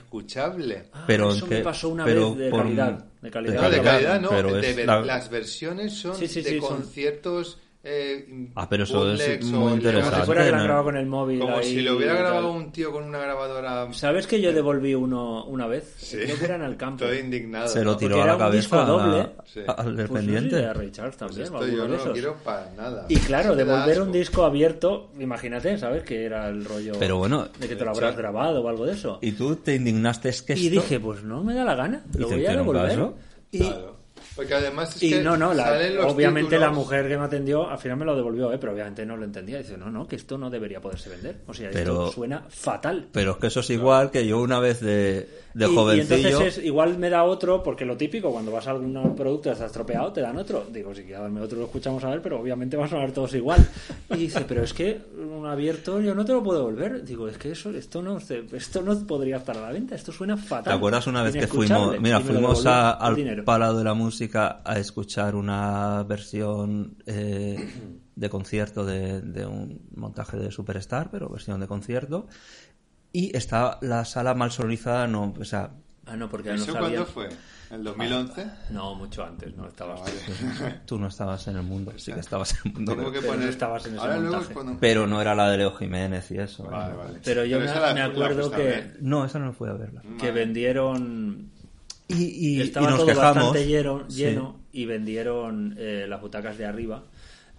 inescuchable.
Ah,
Pero
eso
en
me
qué-
pasó una
pero
vez de
por-
calidad. De calidad.
No, de
Claro,
calidad no,
pero
de
es
ver-
la-
las versiones son
Sí, sí,
de
sí, son-
conciertos eh,
Ah, pero eso es
bootlegs
muy
o-
interesante.
Como si fuera que lo han
¿no?
grabado con el móvil.
Como
ahí
si lo hubiera
y tal.
grabado un tío con una grabadora...
¿Sabes que yo devolví uno una vez? Creo que era en
[laughs]
el campo.
Estoy indignado.
Se lo
Pues
porque
tiró a
era
la
un
cabeza
disco
a-
doble.
Sí.
a- al
Pues no sé si
dependiente.
era Ray Charles también, o
Pues esto
alguno
yo
de
no lo
esos.
quiero para nada.
Y claro,
Eso me da
devolver un
asco.
disco abierto, imagínate, ¿sabes? Que era el rollo
Pero bueno,
de que te lo habrás
Charles-
grabado o algo de eso.
Y tú te indignaste, es que
Y
esto-
dije, pues no me da la gana,
¿Y
lo voy
te
a
hicieron
devolver.
caso?
Y,
Claro. Porque además es
y
que
no, no, la-
salen los
obviamente
títulos-
la mujer que me atendió al final me lo devolvió, ¿eh? pero obviamente no lo entendía. Dice, no, no, que esto no debería poderse vender. O sea,
Pero-
esto suena fatal.
Pero es que eso es igual que yo una vez de, de
y, y
jovencillo.
entonces es- igual me da otro, porque lo típico, cuando vas a algún producto está estropeado, te dan otro. Digo, si quieres darme otro, lo escuchamos a ver, pero obviamente van a sonar todos igual. Y dice, pero es que un abierto yo no te lo puedo volver. Digo, es que eso, esto no se- esto no podría estar a la venta, esto suena
¿Te
fatal.
acuerdas una vez que
Inescuchable.
fuimos, mira,
Y me lo
fuimos
devolvió
a-
el
al
dinero.
Palado de la Música a escuchar una versión eh, de concierto de, de un montaje de Superstar, pero versión de concierto, y estaba la sala mal sonorizada, no, o sea,
Ah, no, porque no
¿Eso
sabía.
cuándo fue? ¿El 2011?
Ah,
No, mucho antes, no
Ah,
estabas.
[laughs]
tú no estabas en el mundo, sí que estabas en el mundo.
Tengo que
pero
poner...
no estabas en ese
Ahora luego es
montaje.
cuando...
Pero no era la de Leo Jiménez y eso.
Vale,
¿eh?
vale.
Pero yo me-
esa la-
me
la
acuerdo
fuiste a
que-
ver.
No, esa no fue a verla.
Que vendieron
Y, y-
Y
y
estaba
nos
todo
quejamos.
bastante lleno,
Sí.
lleno y vendieron eh, las butacas de arriba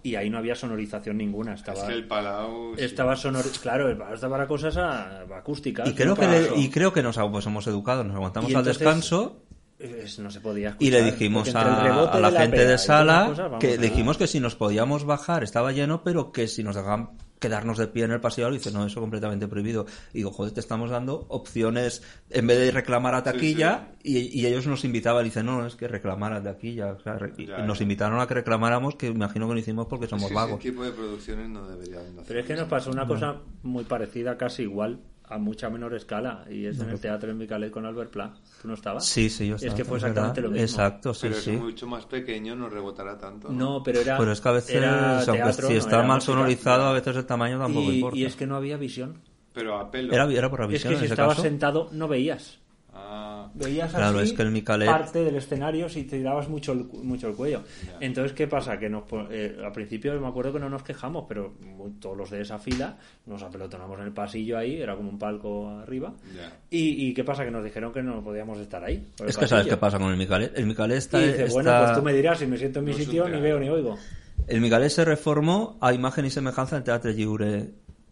y ahí no había sonorización ninguna. Estaba,
Es que el Palau... sí.
estaba sonor, claro, el bar estaba para cosas a- acústicas.
Y creo,
¿no?
que
Para
le-
eso.
y creo que nos pues, hemos educado, nos aguantamos
Y
al
entonces-
descanso
Es- no se podía escuchar.
y le dijimos
porque entre el
a,
rebote
a la gente
pera y
de
todas
sala
esas cosas, vamos
que
a-
le dijimos que si nos podíamos bajar, estaba lleno, pero que si nos dejaban quedarnos de pie en el pasillo, dice, no, eso completamente prohibido. Y digo, joder, te estamos dando opciones en vez de reclamar a taquilla, Y, y ellos nos invitaban, dice, no, es que reclamar a taquilla. o sea, re- y
Ya,
nos
ya.
invitaron a que reclamáramos, que imagino que lo hicimos porque somos
Sí,
vagos.
Ese tipo de producciones no deberían de hacer.
Pero es que nos pasó una cosa muy parecida, casi igual, a mucha menor escala. Y es en el Teatro en Micalet con Albert Pla. ¿Tú no estabas?
Sí, sí, yo
Es
estaba,
que fue
es verdad.
exactamente lo mismo.
Exacto, sí,
Pero
sí.
es mucho más pequeño, no rebotará tanto.
No, pero era.
Pero es que a veces,
era
aunque
teatro,
si
no
está
era
mal
música.
sonorizado, a veces el tamaño tampoco
y,
importa.
y es que no había visión.
Pero a pelo.
era, era por
Es
visión
que si
en ese
estabas
caso.
sentado no veías.
Ah,
veías
Claro,
así
es que el Micalet-
parte del escenario si te dabas mucho el, cu- mucho el cuello. Entonces, ¿qué pasa? Que nos, po- eh, al principio me acuerdo que no nos quejamos, pero muy- todos los de esa fila nos apelotonamos en el pasillo ahí, era como un palco arriba.
Ya.
Y, y ¿qué pasa? Que nos dijeron que no podíamos estar ahí. por el
Es que sabes
pasillo.
qué pasa con el Micalet. El Micalet está,
Y dice,
está-
bueno, pues tú me dirás si me siento en mi
No es un
sitio, ni
teatro.
veo ni oigo.
El Micalet se reformó a imagen y semejanza del Teatro Lliure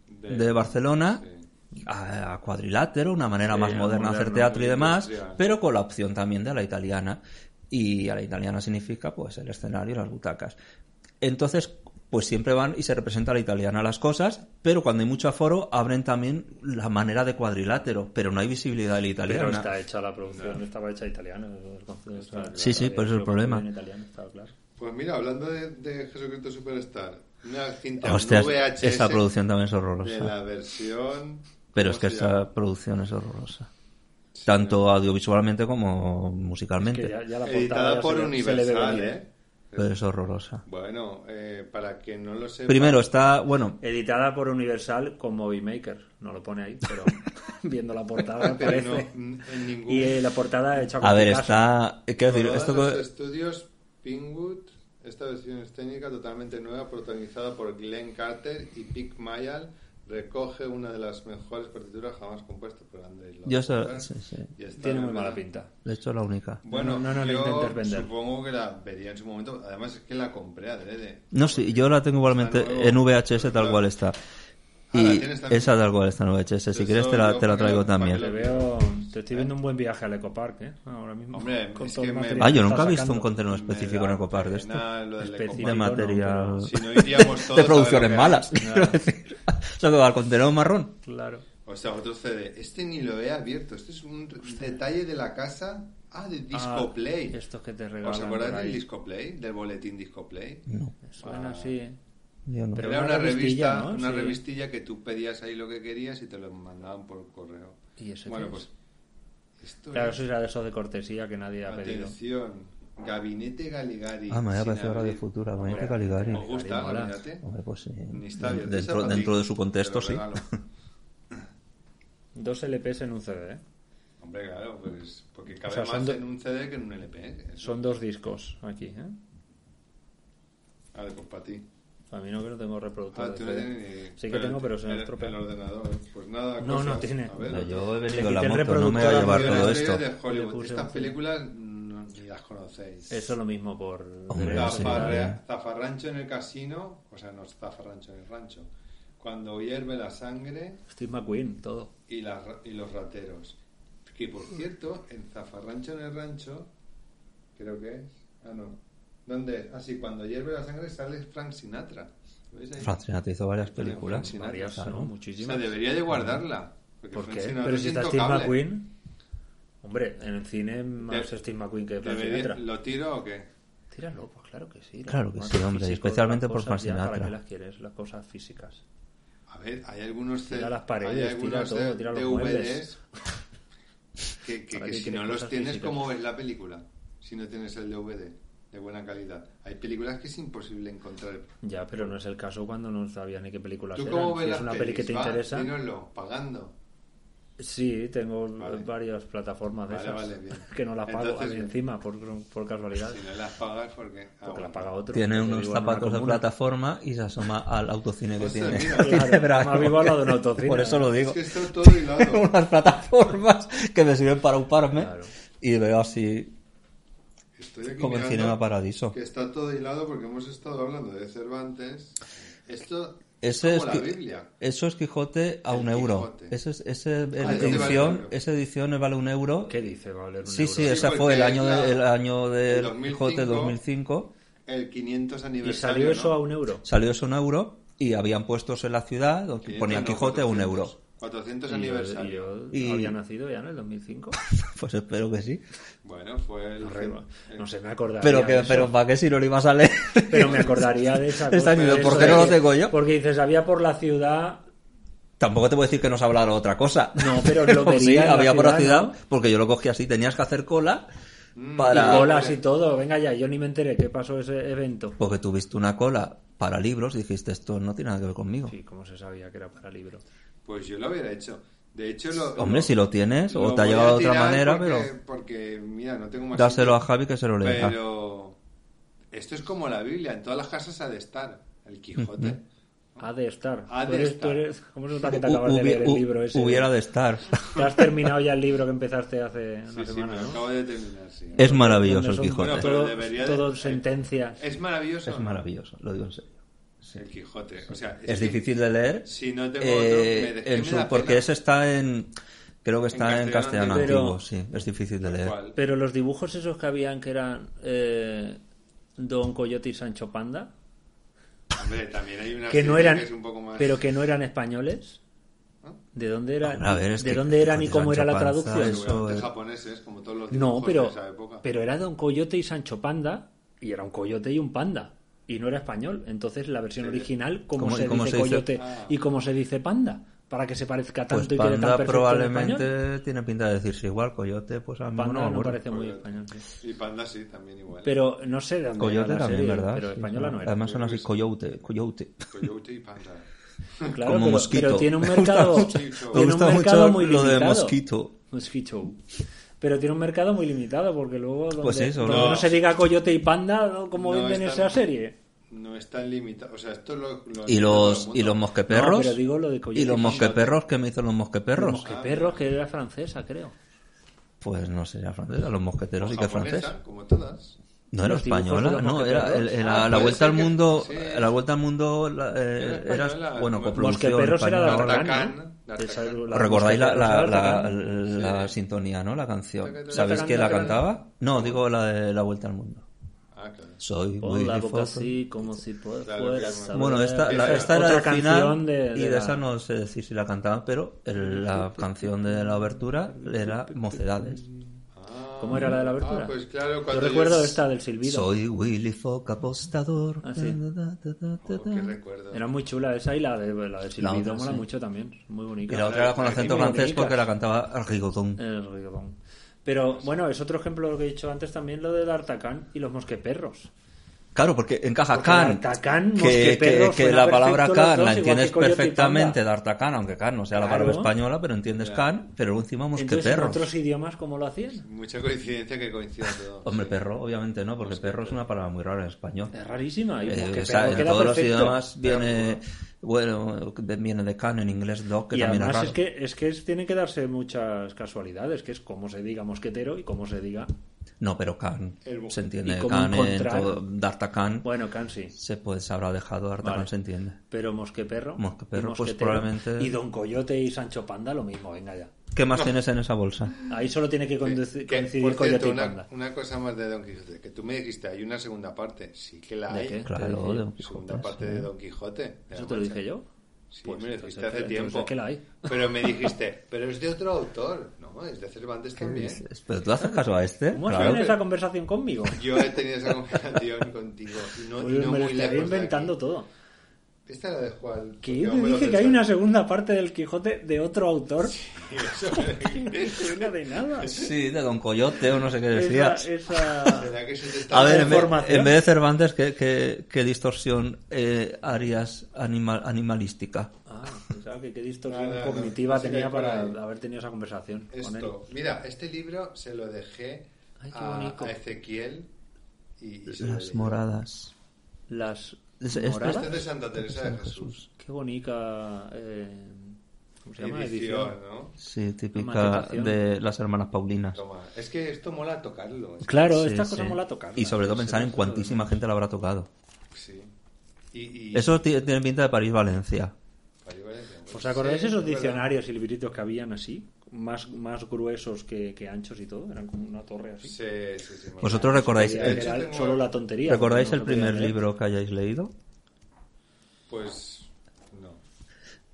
de,
De-
Barcelona.
sí.
A a cuadrilátero, una manera
Sí,
más
a
moderna de hacer
moderna,
teatro
muy
y demás,
industrial.
pero con la opción también de la italiana. Y a la italiana significa pues el escenario y las butacas. Entonces, pues siempre van y se representa a la italiana las cosas, pero cuando hay mucho aforo abren también la manera de cuadrilátero, pero no hay visibilidad de la italiana.
Pero está hecha la producción, estaba hecha italiana. el concepto estaba-
Sí, sí, por eso es el problema.
En italiano estaba claro.
Pues mira, hablando de, de Jesucristo Superstar, una cinta
Hostias,
VHS
Ah, esa producción también es
de la
horrorosa.
versión...
Pero
¿cómo
es que
se llama?
esa producción es horrorosa. Tanto audiovisualmente como musicalmente.
Que ya- ya la portada
Editada
ya
por
se le- se le ve
Universal,
venir.
¿eh?
Pero es horrorosa.
Bueno, eh, para que no lo sepa...
Primero está, bueno,
Editada por Universal con Movie Maker. No lo pone ahí,
[laughs]
pero viendo la portada
Pero
aparece.
no, en ningún...
Y eh, la portada hecha con
a ver,
Picasso.
está. eh, Quiero decir,
Rodadas
esto.
los
co-
estudios Pinkwood, esta versión escénica totalmente nueva, protagonizada por Glenn Carter y Pete Mayall, recoge una de las mejores partituras jamás compuestas por Andrés Lord.
Yo sé- sí, sí.
Tiene muy mala pinta.
De hecho, la única.
Bueno,
No, no, no la
yo
intentes vender.
supongo que la vería en su momento. Además, es que la compré adrede.
No, sí, yo la tengo
Está
igualmente
nuevo.
en VHS tal cual está.
Ah, la
Y
tienes también.
esa tal cual está en VHS. Si
Eso
quieres, te la,
yo
te la
para que
traigo
lo- para que
Te
también.
lo- ¿Eh?
veo. Te estoy viendo un buen viaje al Ecopark, ¿eh? Ahora mismo.
Hombre, es
todo
que
el
me-
material
Ah, yo
que
nunca he
está
visto un
sacando.
contenido
Me
específico
da
en Ecopar de esto.
pena lo del
Específico.
De
Ecopar.
no,
material.
pero-
Si
[laughs]
no iríamos todos a
de
ver
producciones
lo que
malas.
hay.
[laughs] quiero decir. O sea, que va al contenedor marrón.
Claro.
O sea, otro CD. Este ni lo he abierto. Este es un detalle de la casa. Ah, de Disco
Ah,
Play.
Estos que te regalan.
¿Os acordáis
por ahí.
del Disco Ah. Play? Del boletín Disco Play.
No,
Suena así, ¿eh?
yo no.
Pero
Era
una
una
revistilla,
revista,
¿no?
una
Sí.
revistilla que tú pedías ahí lo que querías y te lo mandaban por correo.
¿Y eso
bueno,
qué
pues
es?
esto
Claro,
es- Ah,
eso era de esos de cortesía que nadie ha pedido.
atención. Gabinete Galigari.
Ah, me había
sin
parecido Radio
abrir.
Futura, Gabinete
Hombre,
Galigari.
Nos gusta,
Galigari, mola.
fíjate.
Hombre, pues sí.
Ni está abierto, esa
dentro,
para ti,
dentro de su
te lo
contexto, sí. [laughs]
regalo.
Dos LPs en un CD, ¿eh?
Hombre, claro, pues porque
O
cabe
sea, son
más
de-
en un CD que en un LP. Eso.
Son dos discos aquí, ¿eh?
A ver, pues para ti.
A mí no que no tengo reproductor.
Ah,
de
tú no
CD.
tienes ni...
Sí que tengo, pero se me
el-
estropea.
El ordenador, ¿eh? pues nada.
No, no
cosas.
tiene.
A ver,
No, yo he
Le
venido en la
quité el
moto, no me voy
reproductor
a llevar
a
todo
Las
esto.
series de Hollywood.
Le puse
Estas
un-
películas no, ni las conocéis.
Eso es lo mismo por...
Hombre,
derecho
sí,
digital,
Zafarre-
vale.
¿eh?
Zafarrancho en el casino, o sea, no es zafarrancho en el rancho. Cuando hierve la sangre
Steve McQueen, todo.
y, las ra- y los rateros. Que por cierto, en zafarrancho en el rancho, creo que es. Ah, no. ¿Dónde? es? Ah, sí, cuando hierve la sangre sale Frank Sinatra. ¿Lo veis ahí?
Frank Sinatra hizo varias
Bueno, Frank
películas.
Sinatra.
Varias,
Claro.
¿no?
O sea,
Muchísimas.
debería de guardarla. porque
¿Por
Frank
qué?
Sinatra
Pero
es
si está Steve
intocable.
McQueen... Hombre, en el cine más
De-
Steve McQueen que Frank
Debería-
Sinatra.
¿Lo tiro o qué?
Tíralo, pues claro que sí.
Claro que
Las
sí,
cosas
hombre, y
físicas,
especialmente
las
por
cosas ya,
Frank
¿Para
Sinatra.
qué las quieres? Las cosas físicas.
A ver, hay algunos C-
Tira las paredes,
hay algunos
tira todo,
D-
tira los
DVDs
muebles.
que, que-
¿Para
que
qué
si
quieres
no los
cosas
tienes,
físicas?
¿cómo ves la película? Si no tienes el DVD de buena calidad. Hay películas que es imposible encontrar.
Ya, pero no es el caso cuando no sabía ni qué película
¿Tú cómo ves
Si
las
es una peli que
pelis?
te
Va,
interesa...
dínoslo, pagando.
Sí, tengo
Vale.
varias plataformas de
Vale,
esas
vale, bien.
que no las pago
Entonces,
ahí
bien.
encima por, por casualidad,
Si no las pagas, porque... ah,
porque
bueno.
Pues las paga otro.
Tiene
porque
unos
vivo en una
zapatos de
comuna.
plataforma y se asoma al autocine que
Hostia,
tiene. [laughs]
mira,
Tiene
claro,
brazo.
más vivo al lado de un autocine.
[laughs] Por eso lo digo.
Es que está todo
[laughs]
hilado.
unas plataformas que me sirven para uparme
Claro.
y veo así
Estoy aquí
como en
mirando
Cinema Paradiso.
Que está todo hilado porque hemos estado hablando de Cervantes. Esto
Ese
es
es
como
qui-
la Biblia.
Eso es Quijote a
El
un euro.
Quijote.
Ese, es- ese,
Ah, este vale un
edición,
euro.
esa edición vale un euro.
¿Qué dice? Va a valer un
Sí,
euro.
sí,
Sí,
ese
porque
fue el
es
año,
la-
de- el año
el
del
2005.
Quijote 2005.
El 500
Y
aniversario.
salió eso
¿no?
a un euro.
Salió eso un euro y habían puestos en la ciudad, donde
500,
ponían
no,
Quijote a un
400.
euro.
400
Y yo, y
aniversario.
yo
Y-
había nacido ya en el 2005.
[laughs] Pues espero que sí.
Bueno, fue el.
No, re-
el-
no sé, me acordaría.
Pero,
de
que,
eso.
pero ¿para qué si no lo ibas a leer?
Pero me acordaría de esa
[laughs] Está
cosa.
diciendo,
de
¿por
eso
qué
de
no lo
que-
tengo yo?
Porque dices, había por la ciudad.
[laughs] Tampoco te puedo decir que nos hablara otra cosa.
No, pero lo
[laughs] Pues sí,
vería en la
había por la
ciudad,
ciudad,
¿no?
porque yo lo cogí así, tenías que hacer cola
Mm,
para...
Y colas
hombre.
y todo. Venga ya, yo ni me enteré qué pasó ese evento.
Porque tuviste una cola para libros y dijiste, esto no tiene nada que ver conmigo.
Sí, como se sabía que era para libro.
Pues yo lo hubiera hecho. De hecho, lo.
Hombre,
lo-
si lo tienes, o
lo
te ha
voy a
llegado de otra
tirar
manera,
porque,
pero
Porque, mira, no tengo más.
dáselo a Javi que se lo lea.
Pero. Esto es como la Biblia. En todas las casas ha de estar. El Quijote.
Ha de estar.
Ha
Tú
de
eres-
estar.
tú eres- ¿Cómo se nota que te
Hu-
acabas de
[laughs] hubi-
leer el
hu-
libro ese?
Hubiera de estar. [laughs]
Te has terminado ya el libro que empezaste hace una
sí, sí,
semana,
me lo
¿no?
acabo de terminar, sí.
Es maravilloso
Donde
el
son
Quijote.
Bueno, pero
Todo,
debería de-
todo sentencias.
Es maravilloso.
Es maravilloso, lo digo en serio.
El Quijote. O sea,
Es
que-
difícil de leer.
Si no tengo
eh,
otro, me de-
en
me
su-
da
porque
pena.
ese está en... Creo que está en
En castellano
castellano antiguo,
antiguo.
sí. Es difícil de leer.
¿Cuál?
Pero los dibujos esos que habían que eran eh, Don Coyote y Sancho Panda,
Hombre, también hay una
que no
serie
eran,
Ah, que es un poco más... ¿Ah?
pero que no eran españoles. ¿De dónde eran?
Ahora, a ver, es
¿De
que
dónde eran y
Quijote y
cómo era
Sancho
la
Panza
traducción?
es-
Seguramente
eso
japoneses, como todos los
No,
dibujos de
pero,
esa época.
pero era Don Coyote y Sancho Panda, y era un coyote y un panda, y no era español. Entonces, la versión
Sí.
original, ¿cómo,
¿Cómo-
se,
cómo
dice
se dice?
coyote
Ah.
y cómo se dice panda? Para que se parezca tanto
Pues
y quede tan
panda
perfecto en español.
probablemente tiene pinta de decirse igual, coyote, pues a mí no me
Panda no,
acuerdo.
parece muy
Coyote.
español. sí.
Y Panda sí, también igual.
Pero no sé de dónde
Coyote
era la
también,
serie,
¿verdad?
pero
Sí,
española
sí.
no era.
Además son así, coyote,
[laughs]
coyote.
Coyote y Panda.
Claro,
como
pero,
mosquito.
pero tiene un
[laughs] Me gusta
mercado,
mucho-
tiene
me
un
gusta
mercado
mucho
muy
lo de
limitado.
mosquito.
Mosquito. Pero tiene un mercado muy limitado porque luego donde,
Pues eso,
donde
no.
no. se diga coyote y panda, ¿no? como
No
venden
es
esa
tan-
serie.
No es tan limitado. O sea, esto lo... lo
Y los, y los
No,
mosqueperros.
pero digo lo de coyote
y los
y panda.
mosqueperros, ¿qué me dicen los mosqueperros?
Los mosqueperros, que era francesa, creo.
Pues no sé, era francesa, los mosqueteros
y
y que francés.
Como todas.
No era
Los dibujos de
española,
los pues
no, era el- el- la,
Ah,
la
puede
vuelta
ser
al
que-
mundo,
sí.
la vuelta al mundo, la, eh,
Era
era,
española,
bueno,
bueno.
coproducción
Mosqueperros era de
española.
Artacán,
Aragán, ¿no?
de
Esa-
Artacán.
la-
¿Os ¿Recordáis la, la,
Mosqueteros era
la,
Artacán.
la sintonía, no? La canción.
Taca,
¿Sabéis
taca,
quién la
taca.
cantaba? No, digo la de la vuelta al mundo.
Ah, claro.
Soy
Pon
muy
Oh, la boca
difófil.
así, como si pu-
Claro,
fueras
que-
a
Bueno,
ver.
esta, la-
Esa es
esta era
otra
el final
canción de,
y de
la-
esa no sé decir si la cantaban, pero el- la canción de la abertura era Mocedades.
Ah,
¿Cómo era la de la abertura?
Ah, pues claro,
Yo
cuando
recuerdo esta del silbido.
Soy Willy Fox apostador.
Ah, sí.
Da, da, da, da,
Oh,
da.
qué recuerdo.
Era muy chula esa y la de, la de Silvido
otra,
mola
sí.
mucho también. Muy
Y
bonita.
la otra era con acento
Muy
francés
bonitas.
porque la cantaba Rigodón.
El reggaetón. Pero bueno, es otro ejemplo de lo que he dicho antes también, lo del Artacán y los mosqueperros.
Claro, porque encaja
Porque
Khan.
D'Artagnan,
que,
Mosqueperro,
que- que
suena
la palabra
perfecto los dos,
Khan la
igual
entiendes
que Coyote y
perfectamente de
Panda.
Artacán, aunque Khan no sea la
Claro.
palabra española, pero entiendes Khan, pero encima
Entonces, en
mosqueperro.
otros idiomas, ¿cómo lo hacían?
Mucha coincidencia que coincida todo.
[laughs] Hombre,
Sí.
perro, obviamente no, porque perro es una palabra muy rara en español.
Es rarísima. Y
Eh,
mosqueperro
está- en
queda
todos los
perfecto.
idiomas viene, bueno, de- viene de Khan, en inglés dog, que
y
también es
además
raro.
es que, es que es- tienen que darse muchas casualidades, que es cómo se diga mosquetero y cómo se diga...
No, pero Khan,
El-
se entiende
¿Y cómo
Khan en
encontrar?
todo, D'Artagnan
Bueno, Kansi.
se, puede, se habrá dejado, D'Artagnan
Vale.
se entiende.
Pero mosqueperro. y
Mosqueperro, pues
mosquetero.
probablemente-
Y Don Coyote y Sancho Panda, lo mismo, venga ya.
¿Qué más tienes en esa bolsa?
Ahí solo tiene que conduci-
Que,
coincidir
por
Coyote
cierto,
y
una,
Panda.
una cosa más de Don Quijote, que tú me dijiste, hay una segunda parte. Sí que la
¿De
hay.
qué?
Claro, de Don
Segunda
Quijote,
parte
sí.
de Don Quijote. de la
¿Eso te lo
Mancha.
dije yo?
Sí,
Pues
me lo
entonces,
dijiste hace
entonces,
tiempo.
¿de qué la hay?
[laughs] Pero me dijiste, pero es de otro autor. No, es de Cervantes también.
Dices, ¿Pero tú haces caso a este?
¿Cómo has
Claro.
tenido esa conversación conmigo?
Yo he tenido esa [laughs] conversación contigo. Y no, y
Pues
no
me lo
muy lejos
estaría
de
inventando
aquí.
todo.
Esta la dejo al.
Que
porque
yo
aún
te
me lo
dije que hay una
pensaba.
segunda parte del Quijote de otro autor.
[laughs] Eso me lo dije.
Una de nada.
Sí, de Don Coyote o no sé qué
Esa,
decías.
esa...
¿Verdad que se te está
A ver, en vez,
Información.
en vez de Cervantes, ¿qué, qué- qué distorsión eh, harías animal, animalística?
Ah, pensaba que qué distorsión
Nada, no,
cognitiva
no sé
tenía
qué hay por
para
ahí.
haber tenido esa conversación con él.
Esto, mira, este libro se lo dejé
Ay, qué
a,
bonito.
a Ezequiel y, y se lo
Las
leí.
moradas.
Las
Es- es-
Este es
moradas.
de Santa Teresa de Jesús.
Qué bonita... eh, ¿Cómo se llama?
Edición,
Edición.
¿no?
Sí, típica
Romantización.
de las hermanas Paulinas.
Toma. Es que esto mola tocarlo. es que-
Claro,
Sí,
estas cosas
sí.
mola tocarlas.
Y sobre todo
Sí,
pensar en
sí,
cuantísima gente la habrá tocado.
Sí. Y, y-
Eso ti- tiene pinta de París-Valencia.
Ahí va, ya, pues,
¿Os acordáis
sí,
esos
es verdad.
diccionarios silviritos que habían así? Más, más gruesos que, que anchos y todo. Eran como una torre así.
Sí, sí, sí,
Pues
mola.
¿Vosotros recordáis,
Era-
De
eh,
hecho,
era
tengo-
solo la tontería.
recordáis
porque
el
no se podía
primer
leer.
libro que hayáis leído?
Pues no.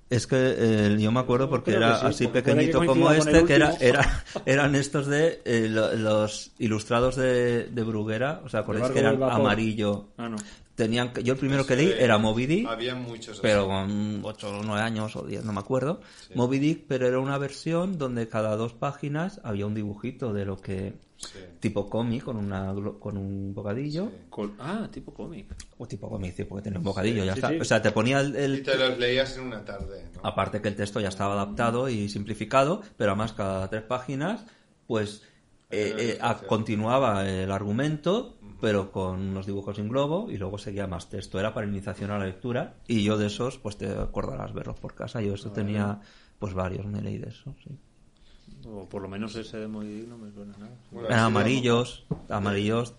Es que eh, yo me acuerdo porque
Creo que
era
sí,
así
porque
pequeñito
puede que
como
coincida con
este,
el
que era,
último.
era- [laughs] eran estos de eh, lo- los ilustrados de, de Bruguera, o sea, acordáis
barco
que
del
eran
vapor.
amarillo.
Ah, no.
Tenían, que- yo el primero que leí era Moby Dick,
Había muchos.
pero
así.
con 8 o 9 años o 10, no me acuerdo. Moby Dick, pero era una versión donde cada dos páginas había un dibujito de lo que...
Sí.
Tipo cómic con, una, glo- con un bocadillo.
Col- Ah, tipo cómic.
O tipo cómic, sí, porque tenía un bocadillo, ya
sí,
está.
sí.
O sea, te ponía el- el
Y te los leías en una tarde, ¿no?
Aparte que el texto ya estaba adaptado y simplificado, pero además cada tres páginas, pues eh,
Era
eh, a-
espacio.
continuaba el argumento, pero con unos dibujos en globo y luego seguía más texto. Era para iniciación a la lectura y yo de esos, pues te acordarás verlos por casa. Yo eso tenía, pues varios, me leí de eso. sí.
O por lo menos ese de Moby Dick no me suena nada.
Bueno,
Eran
así
amarillos, amarillos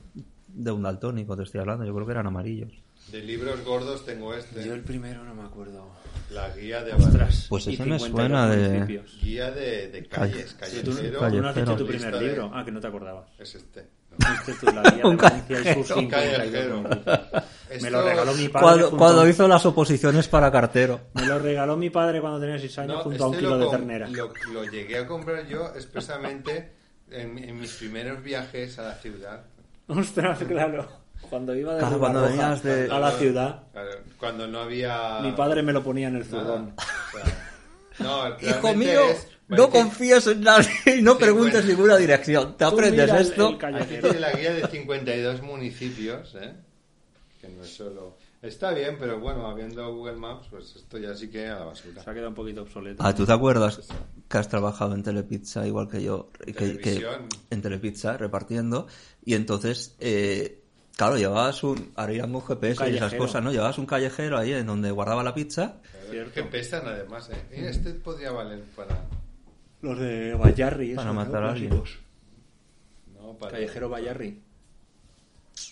de un daltónico, te estoy hablando. Yo creo que eran amarillos.
vamos. De libros gordos tengo
Yo
este.
el primero no me acuerdo.
La guía de
Ostras.
Pues
y
ese me
52
suena de-
municipios.
Guía de, de calles,
Sí,
callejero.
tú, tú no has dicho
Callejero.
tu primer
Lista de-
libro. Ah, que no te
[laughs]
acordabas.
Es este. No.
Viste tú la guía de Valencia y sus
Un
52
[laughs] callejero.
municipios. Me lo
Esto-
regaló mi padre.
Cuando,
junto
cuando
a-
hizo las oposiciones para cartero.
Me lo regaló mi padre cuando tenía 6 años
No,
junto a un
este
kilo
lo
de
com-
ternera.
Lo, lo llegué a comprar yo expresamente en, en mis primeros viajes a la ciudad.
[laughs] Ostras, claro. Cuando iba de,
Claro, cuando
Barbarroja
venías de-
a la ciudad,
Claro, Cuando no había.
mi padre me lo ponía en el
Ah. nada.
zurrón.
O sea, no,
Hijo
realmente
mío,
es-
no
parece-
confíes en nadie [laughs] y no
Sí,
preguntes
bueno.
ninguna dirección. Te
Tú
aprendes
mira el-
esto.
el
Aquí
callejero.
tiene la guía de 52 municipios, ¿eh? Que no es solo. Está bien, pero bueno, habiendo Google Maps, pues esto ya sí que a la basura.
Se ha quedado un poquito obsoleto.
Ah, ¿tú te acuerdas que has trabajado en Telepizza igual que yo? Que- Que,
Televisión.
en Telepizza, repartiendo. Y entonces, eh, claro, llevabas un... Ahora irán con GPS
Un
y esas
callejero.
cosas, ¿no? Llevabas un callejero ahí en donde guardaba la pizza.
Cierto.
Que pesan además, ¿eh? Mira, este podría valer para.
Los de Bayarri.
Para
esos, ¿no?
matar a alguien.
Clásicos.
No, para
Callejero Bayarri.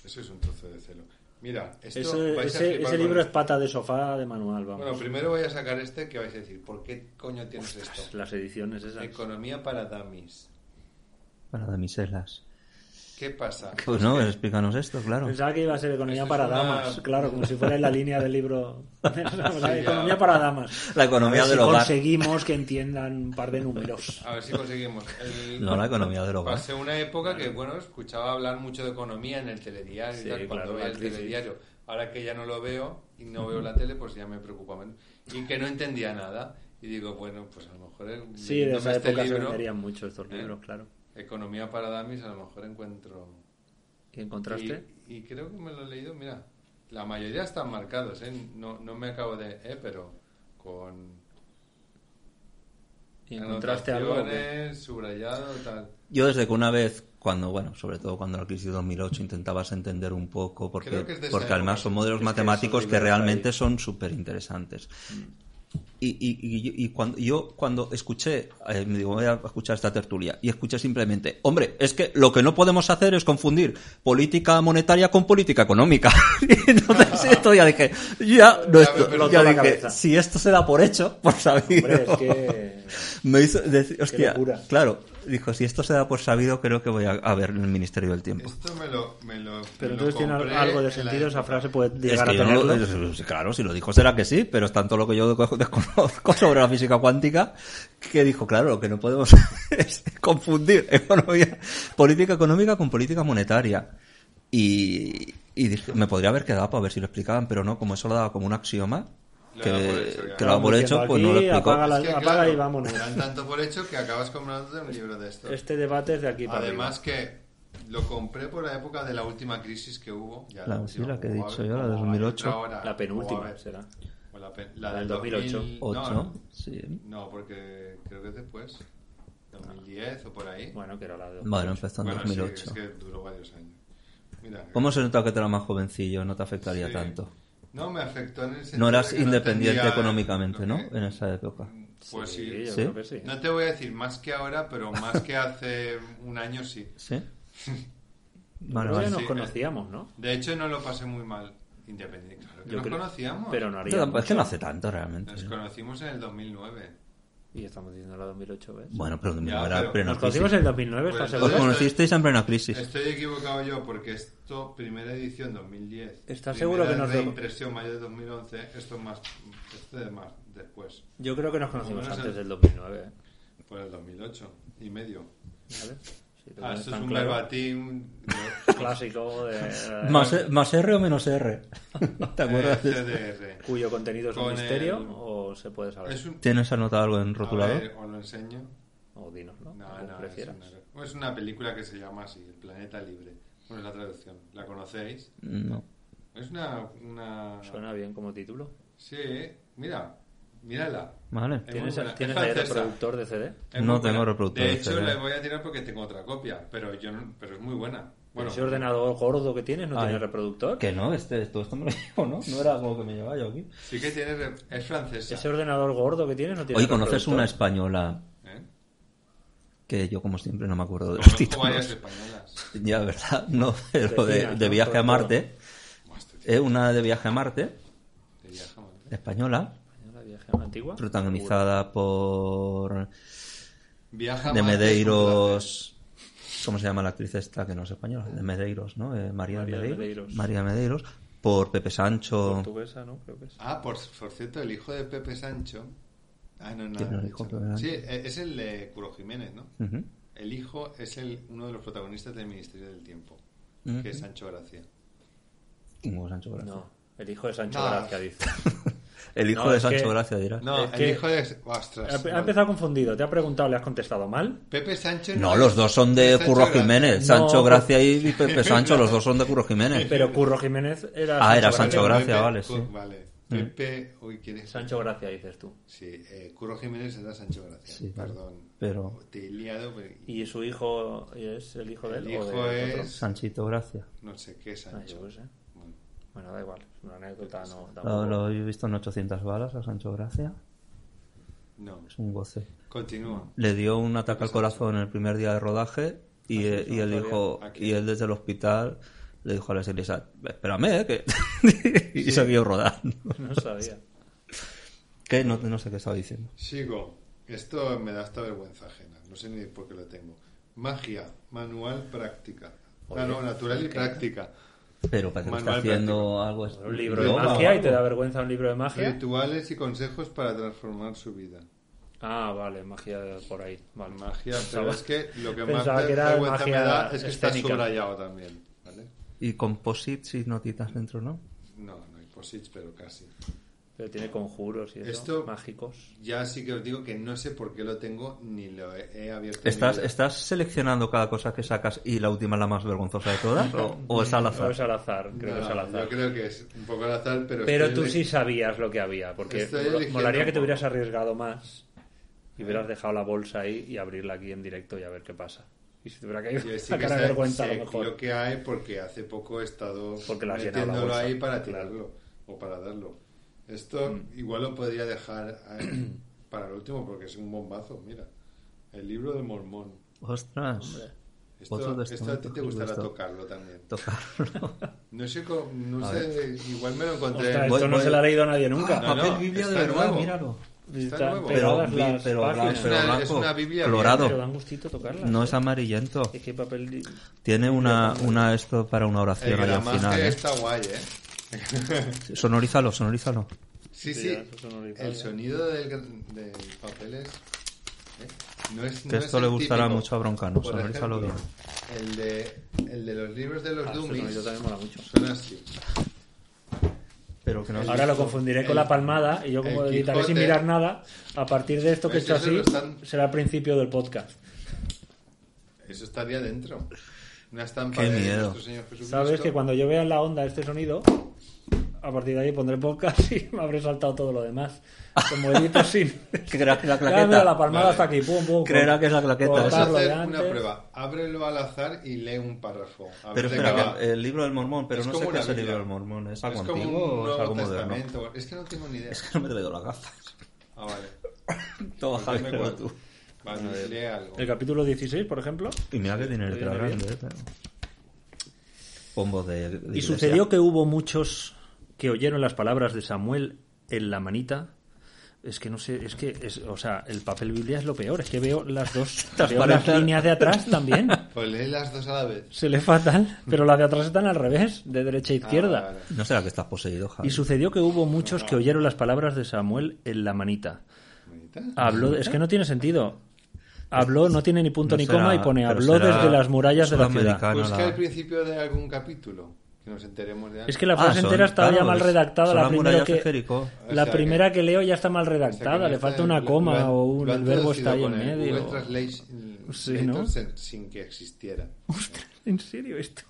Eso es un trozo de celo. Mira, esto
Ese,
vais a
ese-
flipar
ese
con
libro es
esto.
pata de sofá de manual, vamos.
Bueno, primero voy a sacar este que vais a decir, ¿por qué coño tienes esto?
Las ediciones esas.
Economía para dummies.
Para damiselas.
[laughs] ¿Qué pasa?
Pues no, explícanos esto, claro.
Pensaba que iba a ser economía
Esto es
para
una- [laughs]
damas, claro, como si fuera en la línea del libro. [laughs] O sea,
ya.
economía para damas.
La economía
A ver
del
si
hogar.
Conseguimos que entiendan un par
[laughs]
de números.
A ver si conseguimos. El-
[laughs] No, la economía ¿eh? del hogar.
Pasé una época que, bueno, escuchaba hablar mucho de economía en el telediario
Sí,
y tal,
claro,
cuando
la
veía el
crisis.
telediario. Ahora que ya no lo veo y no
[laughs]
veo la tele, pues ya me preocupa menos. Y que no entendía nada. Y digo, bueno, pues a lo mejor... eh,
Sí, de
leyéndome
esa
este
época se
libro,
venderían mucho estos
¿eh?
libros, claro.
Economía para Damis, a lo mejor encuentro.
¿Y encontraste?
Y, y creo que me lo he leído, mira. La mayoría están marcados, ¿eh? No, no me acabo de. Eh, pero con.
¿Y encontraste algo? o qué?
anotaciones, subrayado, tal.
Yo desde que una vez, cuando, bueno, sobre todo cuando la crisis de 2008 intentabas entender un poco, porque,
Creo que es de esa
porque además
época.
son modelos
Es que
matemáticos
esos
que,
libros
realmente
ahí.
son súper interesantes. Y, y- y- y cuando, yo cuando escuché, eh, me digo, voy a escuchar esta tertulia, y escuché simplemente, hombre, es que lo que no podemos hacer es confundir política monetaria con política económica. [laughs]
[laughs]
Y entonces esto ya dije, ya, no,
Ya
esto-
me
ya
la
dije,
cabeza.
si esto se da por hecho, por sabido
Hombre, es que.
[laughs]
me hizo decir, hostia,
locura.
claro, dijo, si esto se da por sabido, creo que voy a, a ver en el Ministerio del Tiempo.
Esto me lo. Me lo
Pero
me lo
entonces tiene al-
compré
algo de
en la
sentido esa frase, puede
Es
llegar
que
a
yo no lo-
tenerlo.
es- es- claro, si lo dijo será que sí, pero es tanto lo que yo deco- desconozco sobre la física cuántica que dijo, claro, lo que no podemos [laughs] es confundir economía, política económica con política monetaria. Y, y dije, me podría haber quedado para ver si lo explicaban, pero no, como eso lo daba como un axioma,
Lo
que,
daba por hecho, ya.
que lo daba por
Diciendo,
hecho, pues no lo
aquí
explicó.
apaga la-
Es que,
apaga
claro,
y vámonos.
dan tanto por hecho que acabas comprándote un libro de esto.
Este debate es de aquí para
Además que lo compré por la época de la última crisis que hubo. ya
La-
última,
sí, la que he
como
dicho
a-
yo, la de
como
2008.
hay otra ahora,
La penúltima
o a ver,
será.
o la, pe- la
La
del
del 2008.
2000,
Ocho,
No,
sí.
no, porque creo que es después. 2010 o por ahí.
Bueno, que era la de.
Bueno, empezó en
Bueno, sí,
2008.
es que duró varios años. Mira,
¿Cómo se nota que te era más jovencillo? No te afectaría
sí.
tanto.
No, me afectó en el sentido
No eras
de que
independiente
entendía
económicamente,
lo
¿no?
que-
En esa época.
Pues
sí,
sí.
yo
¿Sí?
creo que sí.
No te voy a decir más que ahora, pero más que hace un año sí.
¿Sí? Vale,
Bueno, ya
vale.
nos
sí, eh.
conocíamos, ¿no?
De hecho, no lo pasé muy mal independiente. Claro que
Yo
nos
creo-
conocíamos.
Pero no
Esto tampoco-
haríamos.
Es que no hace tanto realmente. ¿eh?
Nos conocimos en el 2009.
Y estamos diciendo la 2008, ¿ves?
Bueno, pero mira,
Ya,
era
pero
plena
Nos conocimos
crisis.
en el 2009,
Bueno,
¿estás
Os
entonces-
seguro?
conocisteis en plena crisis.
Estoy equivocado yo porque esto, primera edición 2010.
¿Estás
primera
seguro que nos
de
dejó?
impresión mayo de 2011. Esto es más, esto es más después,
Yo creo que nos conocimos
Bueno, no sé.
antes del 2009, ¿eh?
por el 2008 y medio.
¿Vale? Sí, lo
Ah,
tienes
esto es
tan
un
claro. [laughs]
verbatim.
clásico
[laughs]
de, eh,
Más, E, más R o
[laughs]
menos R. ¿No te acuerdas? de esto?
CDR.
cuyo contenido es un
Con el-
misterio o se puede saber
Es un.
¿Tienes anotado algo en
A
rotulado?
ver, os lo enseño.
o dinos, ¿no?
No,
Como
no, es
prefieras.
una, es una película que se llama así, El Planeta Libre. Bueno, es la traducción. ¿La conocéis?
No.
Es una... una...
Suena bien como título.
Sí, mira, mírala.
Vale.
Es
¿Tienes,
muy buena. [laughs]
¿tienes
Es
ahí
francesa.
reproductor de CD?
Es
No
muy
tengo
buena.
reproductor
De
de
hecho,
CD.
le voy a tirar porque tengo otra copia, pero yo no- pero es muy buena. Bueno,
Ese ordenador gordo que tienes no
Ay.
tiene reproductor.
Que no, este, todo esto me lo [laughs] llevo, ¿no? No era algo que me llevaba yo aquí.
sí que tiene... re- Es francesa.
Ese ordenador gordo que tienes no tiene
Oye, ¿conoces
reproductor.
una española
¿eh?
que yo, como siempre, no me acuerdo de los
Conozco varias
títulos?
españolas.
Ya, ¿verdad? [laughs] No, pero de,
Vecinas,
de
¿no?
viaje a
Sobre
Marte.
Buah, este tío,
Es una de viaje a Marte,
te viaja, madre.
española,
Española, viaje a la antigua.
protagonizada por
Viaja
de
más que es
Medeiros. ¿Cómo se llama la actriz esta que no es española? De Medeiros, ¿no? Eh, María,
María de
Medeiros,
Medeiros.
María Medeiros. Por Pepe Sancho.
Portuguesa, ¿no? Creo que es.
un placer. Ah, por, por cierto, el hijo de Pepe Sancho... Ah, no,
Tiene
nada.
un
de
hijo,
hecho.
¿verdad?
Sí, e- es el de Curo Jiménez, ¿no?
Ujú.
El hijo es el, uno de los protagonistas del Ministerio del Tiempo,
Ujú.
que es Sancho Gracia.
Hugo Sancho Gracia.
No, el hijo de Sancho
No. [laughs]
Gracia dice.
El hijo
No,
de
es que-
Sancho Gracia dirá. No,
No,
Es
el
que-
hijo de... Ostras.
Ha, ha
Pues no.
empezado confundido, te ha preguntado, le has contestado mal.
Pepe Sancho...
los dos son de
Sancho
Curro
Gracia.
Jiménez.
No,
Sancho
pero-
Gracia y y
[laughs]
Pepe Sancho, los dos son de Curro Jiménez.
Pero Curro Jiménez era.
Ah, era
Vale,
Sancho Gracia,
Pepe-
vale, sí.
Vale. Pepe... Uy, ¿quién es?
Sancho Gracia, dices tú.
Sí, eh, Curro Jiménez era Sancho Gracia.
Sí, claro.
Perdón.
Pero-
Te he liado, pues, pero...
¿Y su hijo es el hijo de él?
El
o de
hijo
otro?
es...
Sanchito Gracia.
No sé qué
Ah, yo
Sancho.
qué sé.
Bueno,
Bueno, da igual, es una anécdota, no.
Lo,
Tampoco.
lo he visto en 800 balas a Sancho Gracia.
No.
Es un goce.
Continúa.
le dio un ataque al corazón el primer día de rodaje y, eh, y él dijo
Aquí.
y él desde el hospital le dijo a la Elisa espérame eh, que [laughs] y siguió rodando
[laughs]
No sabía.
que no, no sé qué estaba diciendo
Sigo. Esto me da hasta vergüenza ajena. No sé ni por qué lo tengo. Magia. Manual práctica. Ah, no, natural y práctica.
pero parece que está
Manual
haciendo algo
Un libro de
Yo,
magia y
vamos.
te da vergüenza un libro de magia.
Rituales y consejos para transformar su vida.
Ah, vale, magia de- por ahí. Vale.
Magia, pero
Pensaba-
es que lo que
pensaba
más
que era
vergüenza me
magia
da es que está
escénica.
subrayado también. ¿vale?
y composites y notitas dentro no
No, no hay posits, pero casi.
Pero tiene conjuros y eso,
Esto-
mágicos.
Ya sí que os digo que no sé por qué lo tengo ni lo he, he abierto. en mi
¿Estás,
vida.
¿Estás seleccionando cada cosa que sacas y la última es la más vergonzosa de todas? ¿O, o es al
No es
azar?
al azar, creo
No,
que es al
Yo
azar.
creo que es un poco al azar, pero.
Pero
estoy
tú
de-
sí sabías lo que había, porque
Estoy
mo-
eligiendo
molaría que te
un poco.
hubieras arriesgado más y
Ah.
hubieras dejado la bolsa ahí y abrirla aquí en directo y a ver qué pasa. Y si te hubiera caído
[laughs] Yo sí
la
que
cara de
sé-
vergüenza, a
sé
lo mejor.
lo que hay porque hace poco he estado
Porque lo has llenado la
metiéndolo
bolsa,
ahí para
claro. Mm.
tirarlo o para darlo. Esto igual lo podría dejar
[clears throat]
ahí para el último porque es un bombazo. Mira, el libro de Mormón.
Ostras. Otro
Esto, esto
de
a ti
estos,
te
otro de
gustará
estos.
tocarlo también.
Tocarlo.
No sé, cómo- no
A
sé igual me lo encontré.
Ostras,
Voy-
esto no
voy-
se lo ha leído nadie nunca.
Ah, No, no,
Papel Biblia de
está
verdad,
nuevo.
míralo.
está
Están
nuevo.
pegadas
Pero-
las
pero-
páginas.
pero-
Es una-
blanco,
es una Biblia
colorado.
Pero da un gustito tocarlas.
No
¿eh?
es amarillento.
Es que papel... di-
Pues
Tiene una, una esto para una
El
oración ahí al
gramaje
final. ¿eh?
está guay, ¿eh?
Sonorízalo, sonorízalo.
Sí,
Sí,
sí.
eso sonorizado,
El
ya.
sonido del, gran- del papel es. ¿eh? No es,
Que
no
esto
es
le
el
gustará
típico.
mucho a Broncano,
Por
sonorízalo
ejemplo,
bien.
El de, el de los libros de los
Ah, eso
Dummies
no, yo también mola mucho.
son así.
Pero que no
El-
Ahora lo confundiré con
el-
la palmada y yo como
el
editaré sin
Quijote.
mirar nada, a partir de esto que
Pues
está
eso
así,
lo están-
será el principio del podcast.
Eso estaría dentro. Una estampa
Qué
de
miedo.
nuestro Señor Jesucristo.
Sabes que cuando yo vea en la onda este sonido, a partir de ahí pondré podcast [laughs] y me habré saltado todo lo demás. Como edito
[laughs]
sin...
Creerá que la
Ya,
claqueta.
mira, la palmada
Vale.
está aquí, pum, pum.
Creerá que es la claqueta,
Vamos a
Cortarlo
hacer
de
una
antes.
prueba. Ábrelo al azar y lee un párrafo. A
Pero
ver de qué
espera,
va.
que el libro del mormón, pero
Es
no
como
sé qué
una
es el
Biblia.
libro del mormón. ¿Es algo
Es como
antiguo
un
o es algo
Nuevo
moderno?
Testamento. Es que no tengo ni idea.
Es que [laughs] no me he traído las gafas.
Ah, vale.
Todo
Pues
bajado
dame
como
cuál.
tú.
Vale, lee algo.
El capítulo 16, por ejemplo.
Y mira que tiene letra
Oye,
grande, ¿eh? pero- Pombo de, de
Y
iglesia.
sucedió que hubo muchos que oyeron las palabras de Samuel en la manita. Es que no sé, es que, es, o sea, el papel Biblia es lo peor. Es que veo las
[laughs]
dos, veo las
Transparentar.
líneas de atrás
[laughs]
también.
Pues lee las dos a la vez.
Se lee fatal, pero las de atrás están al revés, de derecha a izquierda.
Ah, vale.
No será que estás poseído, Javi.
Y sucedió que hubo muchos que oyeron las palabras de Samuel en la manita.
Bonita.
Habló, es que no tiene sentido. Habló, no tiene ni punto
No
ni
será-
coma y pone
pero
habló
será
desde las murallas de Ah, la ciudad.
sudamericano,
Busca
la-
el principio de algún capítulo. Que nos enteremos de algo.
Es que la
Ah,
frase
son-
entera está
claro,
ya mal
es-
redactada.
son
La
las
primera,
murallas
que,
de Jericó.
O
la
sea,
primera que, leo ya está mal
O sea, que
redactada.
no
Le
está
falta
en-
una
lo-
coma
lo han-
o un,
lo han
el verbo
traducido
está ahí
con
en
el
medio.
Google Translation-
Sí, ¿no?
Later sen- sin que existiera.
¿En serio esto?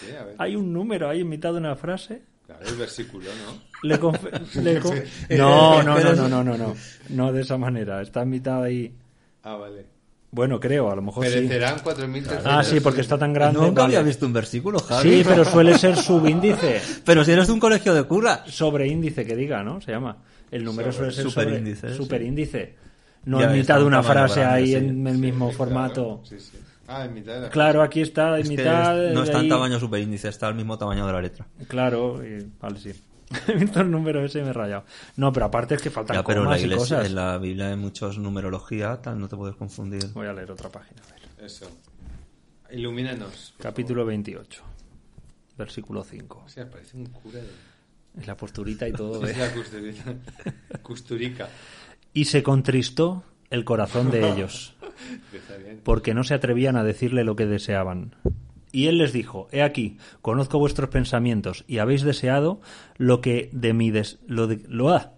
Sí, a ver.
Hay un número ahí en mitad de una frase.
Claro, el versículo, ¿no? [laughs]
Le conf- le con-
Sí. Eh,
No, no, no, no, no, no, no. No de esa manera. Está en mitad ahí.
Ah, vale.
Bueno, creo, a lo mejor Oh, sí.
Perecerán 4.300.
Ah, sí, porque está tan grande.
Nunca
vale.
había visto un versículo, Javi.
Sí, pero suele ser subíndice.
Pero si eres de un colegio de curas.
Sobreíndice, que diga, ¿no? Se llama. El número suele ser sobre-
Superíndice, sí.
superíndice. No
Ya
en
ves,
mitad de
un
una
tamaño
frase
grande,
ahí
sí.
en el
Sí,
mismo
claro.
formato.
Sí, sí. Ah, en mitad de la.
Claro, aquí está en
Es que
mitad.
es- no
de
está en
ahí.
tamaño superíndice, está al mismo tamaño de la letra.
Claro, y- vale, sí. [laughs] He visto el número ese y me he rayado. No, pero aparte es que faltan
Ya, pero en la,
comas y
iglesia,
cosas.
en la Biblia hay muchos numerología, tal, no te puedes confundir.
Voy a leer otra página. a ver.
Eso. Ilumínanos.
Capítulo 28, versículo 5.
O sea, parece un cura de.
Es la posturita y todo.
Es
¿eh?
la custurica. [laughs] Custurica.
Y se contristó el corazón de ellos.
Empieza bien.
porque no se atrevían a decirle lo que deseaban. Y él les dijo, He aquí, conozco vuestros pensamientos, y habéis deseado lo que de mí des- lo de- lo ha-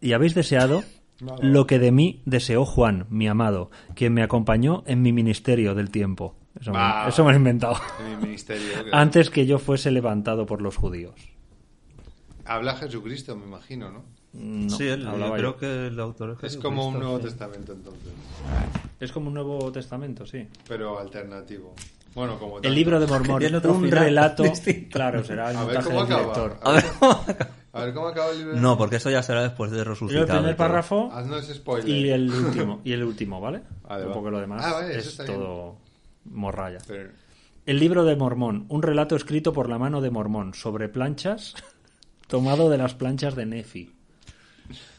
y habéis deseado lo que de mí deseó Juan, mi amado, quien me acompañó en mi ministerio del tiempo. Eso,
Bah.
me, eso me lo he inventado.
En el ministerio. que-
[laughs] Antes que yo fuese levantado por los judíos.
Habla Jesucristo, me imagino, ¿no?
No,
sí, el- yo
hablaba
creo
yo.
que el autor es
Es
Jesucristo,
como un Nuevo
sí.
Testamento, entonces.
es como un Nuevo Testamento, sí.
Pero alternativo. Bueno, como
El
tanto.
libro de Mormón,
Pues [laughs] tiene otro
un
final [laughs]
relato,
distinto.
claro, será el
A ver
montaje
cómo
del
acaba.
director.
A ver, a ver cómo acaba el libro. de-
No, porque eso ya será después de
Yo
resucitado.
el primer
y todo.
párrafo
Haznos spoiler.
y el último,
[laughs]
y el último ¿vale?
Vale, va.
Un poco lo demás
pues Ah, vale, eso
es
está
todo morralla.
Pero-
El libro de Mormón, un relato escrito por la mano de Mormón sobre planchas, [laughs] tomado de las planchas de Nefi.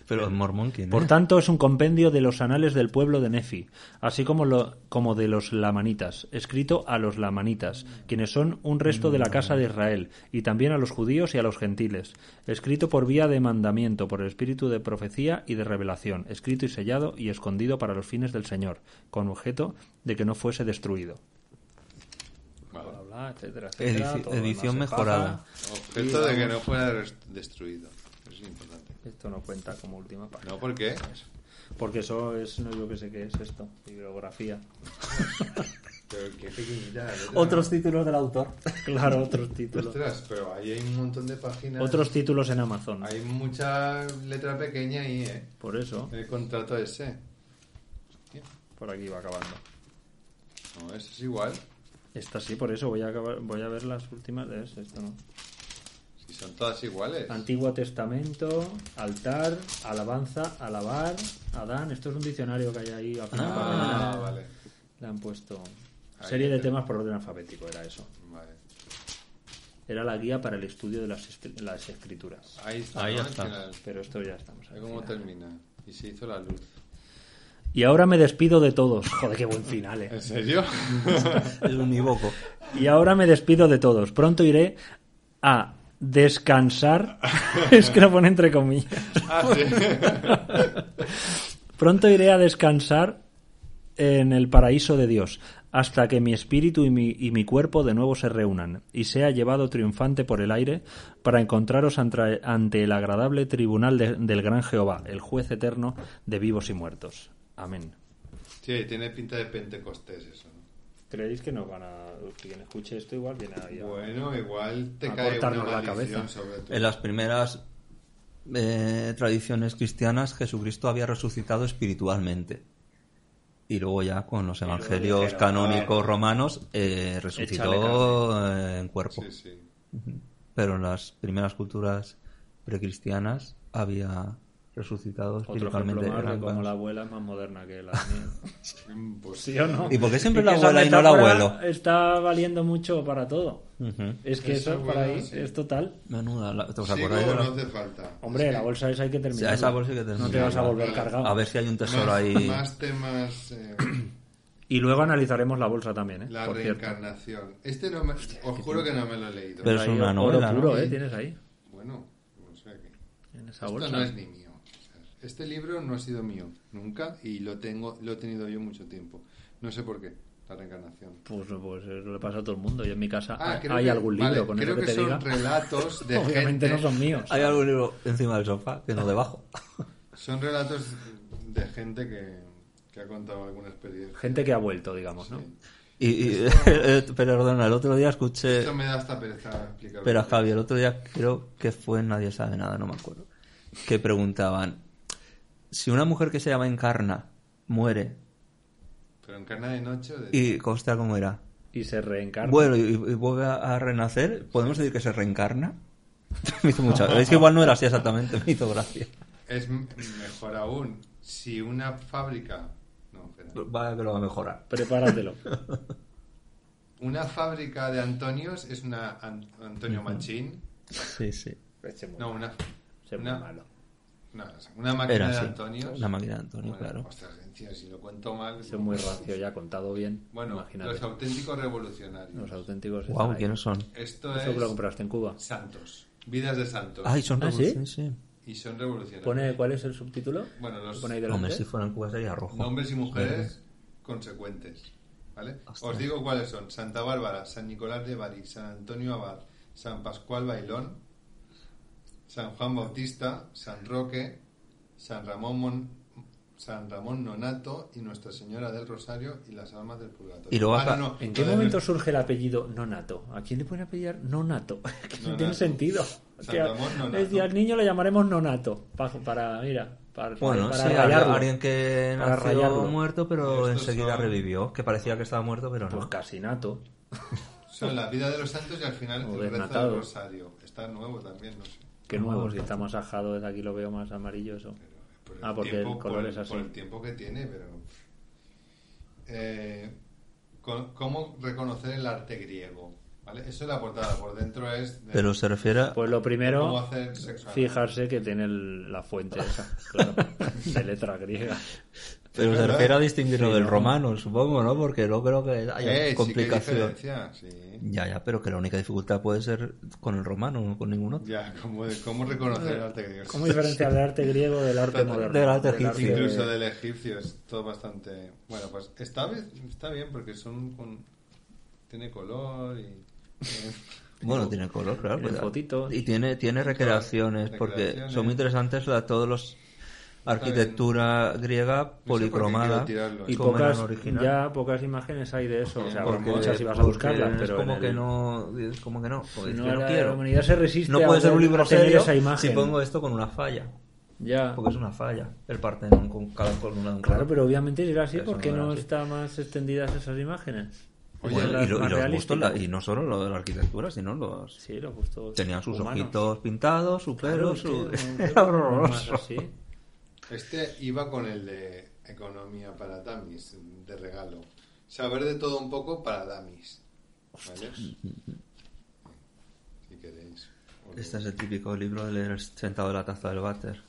Pero el mormón, ¿quién
Por
es?
tanto, es un compendio de los anales del pueblo de Nefi, así como, lo, como de los lamanitas, escrito a los lamanitas, quienes son un resto
Mm.
de la casa de Israel, y también a los judíos y a los gentiles, escrito por vía de mandamiento, por el espíritu de profecía y de revelación, escrito y sellado y escondido para los fines del Señor, con objeto de que no fuese destruido. Bla,
Vale.
bla, etcétera,
Edici-
etcétera, todo lo demás
edición
en
mejorada.
paja.
Objeto de que no fuera des- destruido. Eso lo importante.
Esto no cuenta como última página.
No, ¿por qué?
Porque eso es, no yo que sé qué es esto, bibliografía.
Pero qué pequeñita. la letra.
Otros títulos del autor.
Claro, otros títulos.
Ostras, pero ahí hay un montón de páginas.
Otros títulos en Amazon.
Hay mucha letra pequeña ahí, ¿eh?
Por eso,
El contrato ese.
por aquí va acabando.
No, eso es igual.
Esta sí, por eso voy a acabar, voy a ver las últimas de ese, esto, ¿no?
Si son todas iguales.
Antiguo Testamento, altar, alabanza, alabar, Adán. Esto es un diccionario que hay ahí al final.
Ah, vale.
Le han puesto
Ahí
serie de
está.
temas por orden alfabético, era eso.
Vale.
Era la guía para el estudio de las, escri- las escrituras.
Ahí está.
Ahí
¿no?
ya está.
Al final.
Pero esto ya estamos.
Ahí
al
cómo
final.
termina. Y se hizo la luz.
Y ahora me despido de todos. Joder, qué buen final, eh.
¿En serio?
[laughs] Es univoco.
Y ahora me despido de todos. Pronto iré a descansar. es que lo pone entre comillas.
[laughs] ah, [laughs] sí.
Pronto iré a descansar en el paraíso de Dios, hasta que mi espíritu y mi, y mi cuerpo de nuevo se reúnan, y sea llevado triunfante por el aire para encontraros antra- ante el agradable tribunal de- del gran Jehová, el juez eterno de vivos y muertos. Amén.
Sí, tiene pinta de Pentecostés eso. ¿no?
¿Creéis que nos van a... Quien escuche esto igual viene ahí a...
Bueno, igual te
A
cae una
cortarnos la
maldición
cabeza.
sobre tu-
En las primeras eh, tradiciones cristianas, Jesucristo había resucitado espiritualmente. Y luego ya con los
luego
evangelios
dijeron, "Ah,
canónicos romanos eh, resucitó eh, en cuerpo.
Sí, sí.
Pero en las primeras culturas precristianas había resucitado
Otro ejemplo
espiritualmente.
más de
Eran
cómo la
vanos.
abuela es más moderna que la mía. [laughs]
Mm, Pues
¿Sí o no?
¿Y por qué siempre la
que esa
abuela y no el
metáfora
abuelo?
Está valiendo mucho para todo.
Ujú.
Es que
Esa
eso por ahí
abuela, sí.
es total.
Menuda, la- ¿os
Sigo
acordáis de
o
la-
no hace falta.
Hombre,
Es que
la bolsa esa hay que terminar.
esa bolsa hay que
No te
terminarla.
vas a volver cargado.
A ver si hay un tesoro
más,
ahí.
Más temas. eh,
Y luego analizaremos la bolsa también, ¿eh?
la
Por cierto.
reencarnación. Este no me, os juro que no me lo he leído.
Pero- Es
Ahí
una
oro
novela, ¿no?
puro, ¿eh? Tienes ahí.
Bueno, no sé qué.
En esa
Esto
bolsa.
no es ni mío. O sea, Este libro no ha sido mío nunca y lo tengo, lo he tenido yo mucho tiempo. No sé por qué. La reencarnación.
Pues, pues eso le pasa a todo el mundo. Yo en mi casa
Ah,
hay-
creo
hay
que-
algún
vale,
libro con
creo
eso que,
que
te
son
diga. [laughs]
relatos de
Obviamente
gente.
no son míos.
Hay algún libro encima del sofá que no debajo. [laughs]
Son relatos de gente que, que ha contado alguna experiencia.
Gente que ha vuelto, digamos, ¿no?
Sí.
Y, y- [laughs] pero perdona, el otro día escuché.
Esto me da hasta pereza explicarlo.
Pero Javier, el otro día creo que fue en Nadie sabe nada, no me acuerdo. Que preguntaban: si una mujer que se llama Encarna muere,
Pero encarna de noche o de
y consta cómo era,
Y se reencarna.
bueno, y, y vuelve a, a renacer, ¿podemos decir que se reencarna? [laughs] me hizo mucha Es que igual no era así exactamente, me hizo gracia.
Es m- mejor aún, si una fábrica, no, espera.
Vaya que lo va a mejorar.
Prepáratelo.
una fábrica de Antonios es una An- Antonio Machín,
Sí, sí.
Ese es muy
no,
malo.
una,
Ese es muy
una-
malo.
no, no sé, una máquina
Era
de
así.
Antonios.
La máquina de Antonio,
Bueno,
claro.
ostras, tío, si lo cuento mal. pues,
Ese es muy rancio ya, contado bien.
Bueno,
Imagínate.
los
Los,
auténticos revolucionarios.
auténticos. están
Wow,
Pues ahí.
¿quiénes son?
Esto
Eso que lo
es
compraste en Cuba.
Santos, vidas de Santos.
Ay, son
¿Ah, sí?
revolucionarios, sí.
Y son revolucionarios.
Pone, ¿Cuál es el subtítulo?
Bueno, los-
¿Lo pone ahí
Hombre,
delante?
si fueran Cuba sería rojo.
Hombres y mujeres consecuentes. ¿Vale?
Ostras.
Os digo cuáles son: Santa Bárbara, San Nicolás de Bari, San Antonio Abad, San Pascual Bailón, San Juan Bautista, San Roque, San Ramón, Mon- San Ramón Nonato y Nuestra Señora del Rosario y las almas del Purgatorio. Ah,
Y luego acá-
no, no,
¿En
lo
qué
de
momento
nuestra-
surge el apellido Nonato? ¿A quién le pueden apellar Nonato? [laughs] Que no,
Nonato.
tiene sentido.
San
Que a-
Ramón Nonato.
es decir, al niño le llamaremos Nonato. pa- Para, mira, para,
Bueno,
para
sí, había
rayarlo.
alguien que
Para
nació
rayarlo.
muerto, pero
Estos
enseguida
son-
revivió, que parecía que estaba muerto, pero
Pues
no.
casi Nato.
Son la vida de los santos y al final el
O
rezo
desnatado.
del Rosario. Está nuevo también, no sé.
Ah.
Qué nuevo, si está más ajado, desde aquí lo veo más amarillo eso.
Por
Ah, porque el color
por,
es así.
por el tiempo que tiene, pero. Eh, con- ¿Cómo reconocer el arte griego? ¿Vale? Eso es la portada, por dentro es. de-
Pero se refiere a...
Pues lo
¿Cómo
primero,
hacer sexo anal?
fijarse que tiene el- la fuente esa, claro, de letra griega.
pero se
¿verdad?
refiere a distinguirlo
Sí,
del
¿no?
romano, supongo, ¿no? Porque no creo que
Eh,
haya
sí que hay
complicación.
diferencia, sí.
ya, ya, pero que la única dificultad puede ser con el romano, no con ningún otro.
Ya, ¿cómo, cómo reconocer el arte griego?
¿Cómo diferencia el arte griego del arte moderno?
Del arte egipcio.
Incluso del egipcio, es todo bastante. Bueno, pues está, bi- está bien porque son con. Tiene color y.
Bueno, tiene color, claro.
Tiene
pues,
fotitos.
Y tiene, tiene recreaciones, porque
recreaciones.
son muy interesantes la, todos los arquitectura griega
por qué quiero
policromada
tirarlo. ¿eh?
Y
como eran
pocas,
original.
ya pocas imágenes hay de eso. O sea,
Porque-
muchas si vas a
porque
buscarlas, pero.
es como
en
que
el-
no es como que no, pues,
no,
yo no
la
quiero.
humanidad se resiste
No
a
puede ser
ver-
un libro
a tener
serio
esa imagen.
si pongo esto con una falla,
Ya.
porque es una falla. El Partenón con cada columna de un
Claro,
lado.
pero obviamente será así
Eso no
porque
era
no
así.
está más extendidas esas imágenes.
Bueno,
Esas
y,
las
lo- y
más
los
realísticas.
gustos, la- y no solo lo de la arquitectura, sino los
Sí, los gustos
tenían sus
humanos.
ojitos pintados, su pelo,
Claro,
su
tío,
[laughs]
no,
era
no, no, más
horroroso.
así.
Este iba con el de economía para Damis, de regalo. Saber de todo un poco para Damis. ¿Vale? Si queréis. O-
Este es el típico libro de leer sentado en la taza del váter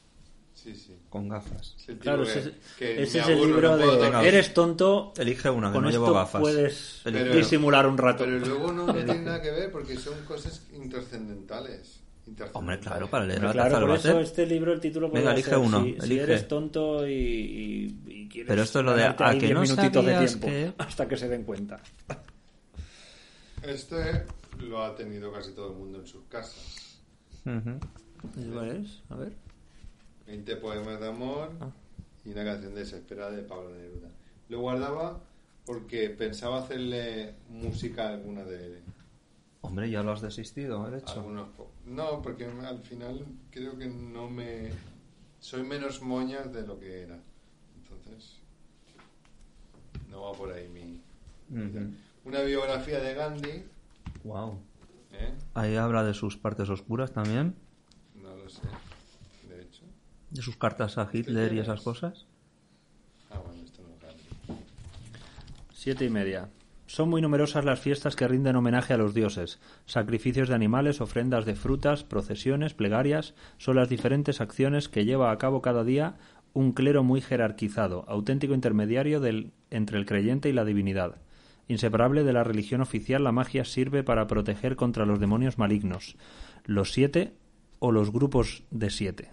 Sí, sí.
con gafas.
Es el
Claro,
tipo
ese,
que- que
ese
me
es el
aburro,
libro
no puedo
de
dormir.
eres tonto,
Elige una que
con
no
esto
llevo gafas.
puedes
Elige-
Pero-
disimular un rato.
Pero luego no,
[laughs]
no tiene nada que ver porque son cosas intrascendentales. Intrascendentales.
Hombre, claro, para leer
Hombre,
la
claro,
taza del
por eso
váter.
este libro, el título
Venga,
podría
elige
ser,
uno,
si, si
elige.
eres tonto y, y- y quieres
Pero esto es lo de,
ganarte
"Ah,
ahí
que
diez
no
minutitos de
sabías
tiempo
que-".
hasta que se den cuenta.
Este lo ha tenido casi todo el mundo en sus casas.
Ujú.
A ver.
20 poemas de amor y una canción desesperada de Pablo Neruda. Lo guardaba porque pensaba hacerle música a alguna de
Hombre, ya lo has desistido, ¿eh? de hecho.
algunos po- No, porque al final creo que no me soy menos moñas de lo que era. Entonces no va por ahí mi
Ujú.
una biografía de Gandhi,
Guau.
¿eh?
Ahí habla de sus partes oscuras también,
No lo sé. De hecho,
de sus cartas a Hitler y esas cosas.
ah bueno, esto no es Gandhi.
Siete y media. Son muy numerosas las fiestas que rinden homenaje a los dioses. Sacrificios de animales, ofrendas de frutas, procesiones, plegarias, son las diferentes acciones que lleva a cabo cada día un clero muy jerarquizado, auténtico intermediario del- entre el creyente y la divinidad. Inseparable de la religión oficial, la magia sirve para proteger contra los demonios malignos, los siete o los grupos de siete.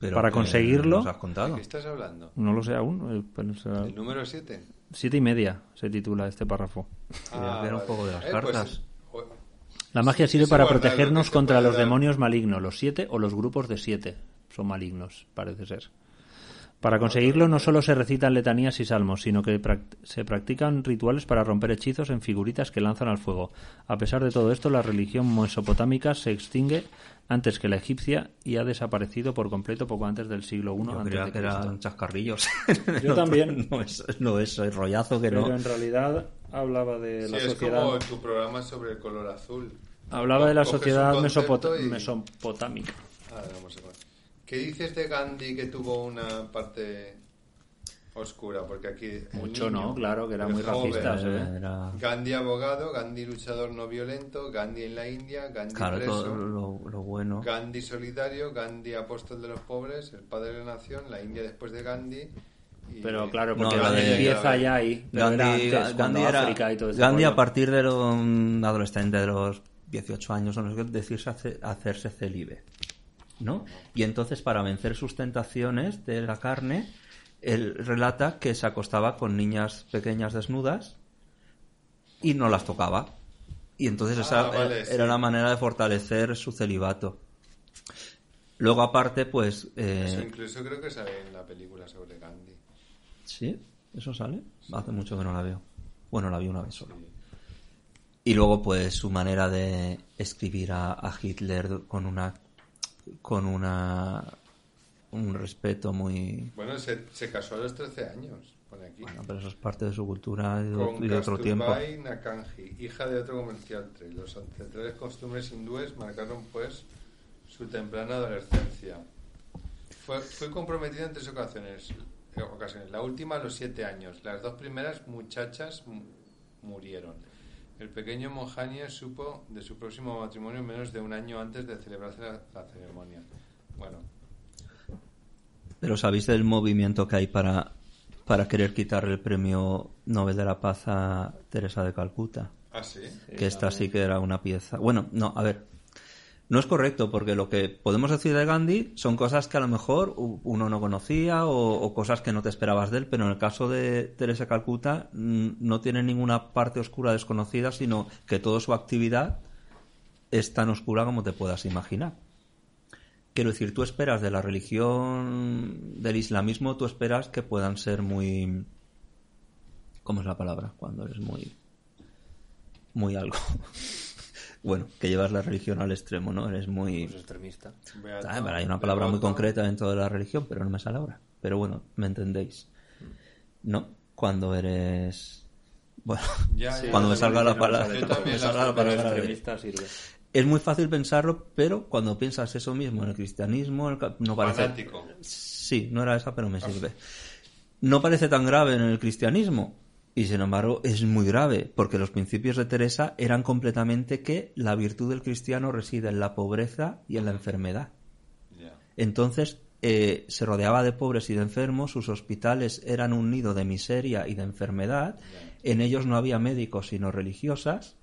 Pero
Para
que
conseguirlo-
nos has contado.
¿Qué estás hablando?
No lo sé aún. eh, pero será-
El número 7.
Siete y media se titula este párrafo. Ah,
Quería ver un poco de
eh,
las
pues,
cartas.
o-
La magia
sí,
sirve
sí,
para
guardar lo que
protegernos
se
contra
puede
los
dar.
demonios malignos, los siete o los grupos de siete. Son malignos, parece ser. Para conseguirlo no solo se recitan letanías y salmos, sino que prac- se practican rituales para romper hechizos en figuritas que lanzan al fuego. A pesar de todo esto, la religión mesopotámica se extingue antes que la egipcia y ha desaparecido por completo poco antes del siglo I
Yo
antes
creía
de
que
Cristo.
eran chascarrillos.
[laughs] Yo
No,
también.
No es, no es el rollazo que no.
Pero en realidad hablaba de
Sí,
la
es
sociedad.
como tu programa sobre el color azul.
Hablaba de la
Coges un
sociedad
concepto
mesopota-
y-
mesopotámica.
A ver, vamos a ver. ¿Qué dices de Gandhi que tuvo una parte oscura? Porque aquí. el
Mucho
niño,
no, claro, que era
el
muy
joven,
racista, sí.
Eh, era-
Gandhi abogado, Gandhi luchador no violento, Gandhi en la India, Gandhi
Claro,
preso,
todo lo, lo bueno.
Gandhi solidario, Gandhi apóstol de los pobres, el padre de la nación, la India después de Gandhi. y-
Pero claro, porque
No, lo
Gandhi
de-
empieza ya ahí. pero
Gandhi,
era antes,
Gandhi
cuando
era-
África y todo ese
Gandhi a
rollo.
partir de los mm, adolescente de los 18 años o no sé qué, decirse hace- hacerse celibe, ¿no? Y entonces para vencer sus tentaciones de la carne, él relata que se acostaba con niñas pequeñas desnudas y no las tocaba. Y entonces esa
Ah, vale,
era
sí.
la manera de fortalecer su celibato. Luego aparte, pues... eh,
Eso incluso creo que sale en la película sobre Gandhi.
¿Sí? ¿Eso sale? Hace mucho que no la veo. Bueno, la vi una vez solo. Y luego, pues, su manera de escribir a, a Hitler con una. con una. un respeto muy.
Bueno, se, se casó a los 13 años, pone aquí.
Bueno, pero eso es parte de su cultura y, de-
con
y de otro tiempo.
Kasturbai Nakanji, hija de otro comerciante. Los ancestrales costumbres hindúes marcaron, pues, su temprana adolescencia. Fue, fue comprometida en tres ocasiones. eh, ocasiones. La última a los siete años. Las dos primeras muchachas mu- murieron. El pequeño Mohania supo de su próximo matrimonio menos de un año antes de celebrarse la, la ceremonia. Bueno,
Pero ¿sabéis del movimiento que hay para. para querer quitarle el premio Nobel de la Paz a Teresa de Calcuta?
así.
que esta sí que era una pieza. Bueno, no, a ver. No es correcto, porque lo que podemos decir de Gandhi son cosas que a lo mejor u- uno no conocía o, o cosas que no te esperabas de él, pero en el caso de Teresa de Calcuta mm, no tiene ninguna parte oscura desconocida, sino que toda su actividad es tan oscura como te puedas imaginar. Quiero decir, tú esperas de la religión, del islamismo, tú esperas que puedan ser muy... ¿Cómo es la palabra? Cuando eres muy... Muy algo. [laughs] bueno, que llevas la religión al extremo, ¿no? Eres muy...
Pues extremista.
Beato,
Ah, pero hay una palabra muy
devoto.
concreta dentro de la religión, pero no me sale ahora. Pero bueno, me entendéis. No, cuando eres... Bueno,
[laughs]
[laughs]
Ya, ya,
cuando
ya,
me
ya,
salga
ya,
la
ya,
palabra...
ya, ya, ya,
cuando
ya,
me salga
ya,
la
ya,
palabra
ya,
de-
Extremista sirve.
es muy fácil pensarlo, pero cuando piensas eso mismo en el cristianismo, el ca- no parece...
Fanático.
Sí, no era esa, pero me sirve. No parece tan grave en el cristianismo. Y sin embargo, es muy grave, porque los principios de Teresa eran completamente que la virtud del cristiano reside en la pobreza y en la enfermedad.
Ya.
Entonces eh, se rodeaba de pobres y de enfermos, sus hospitales eran un nido de miseria y de enfermedad, en ellos no había médicos sino religiosas.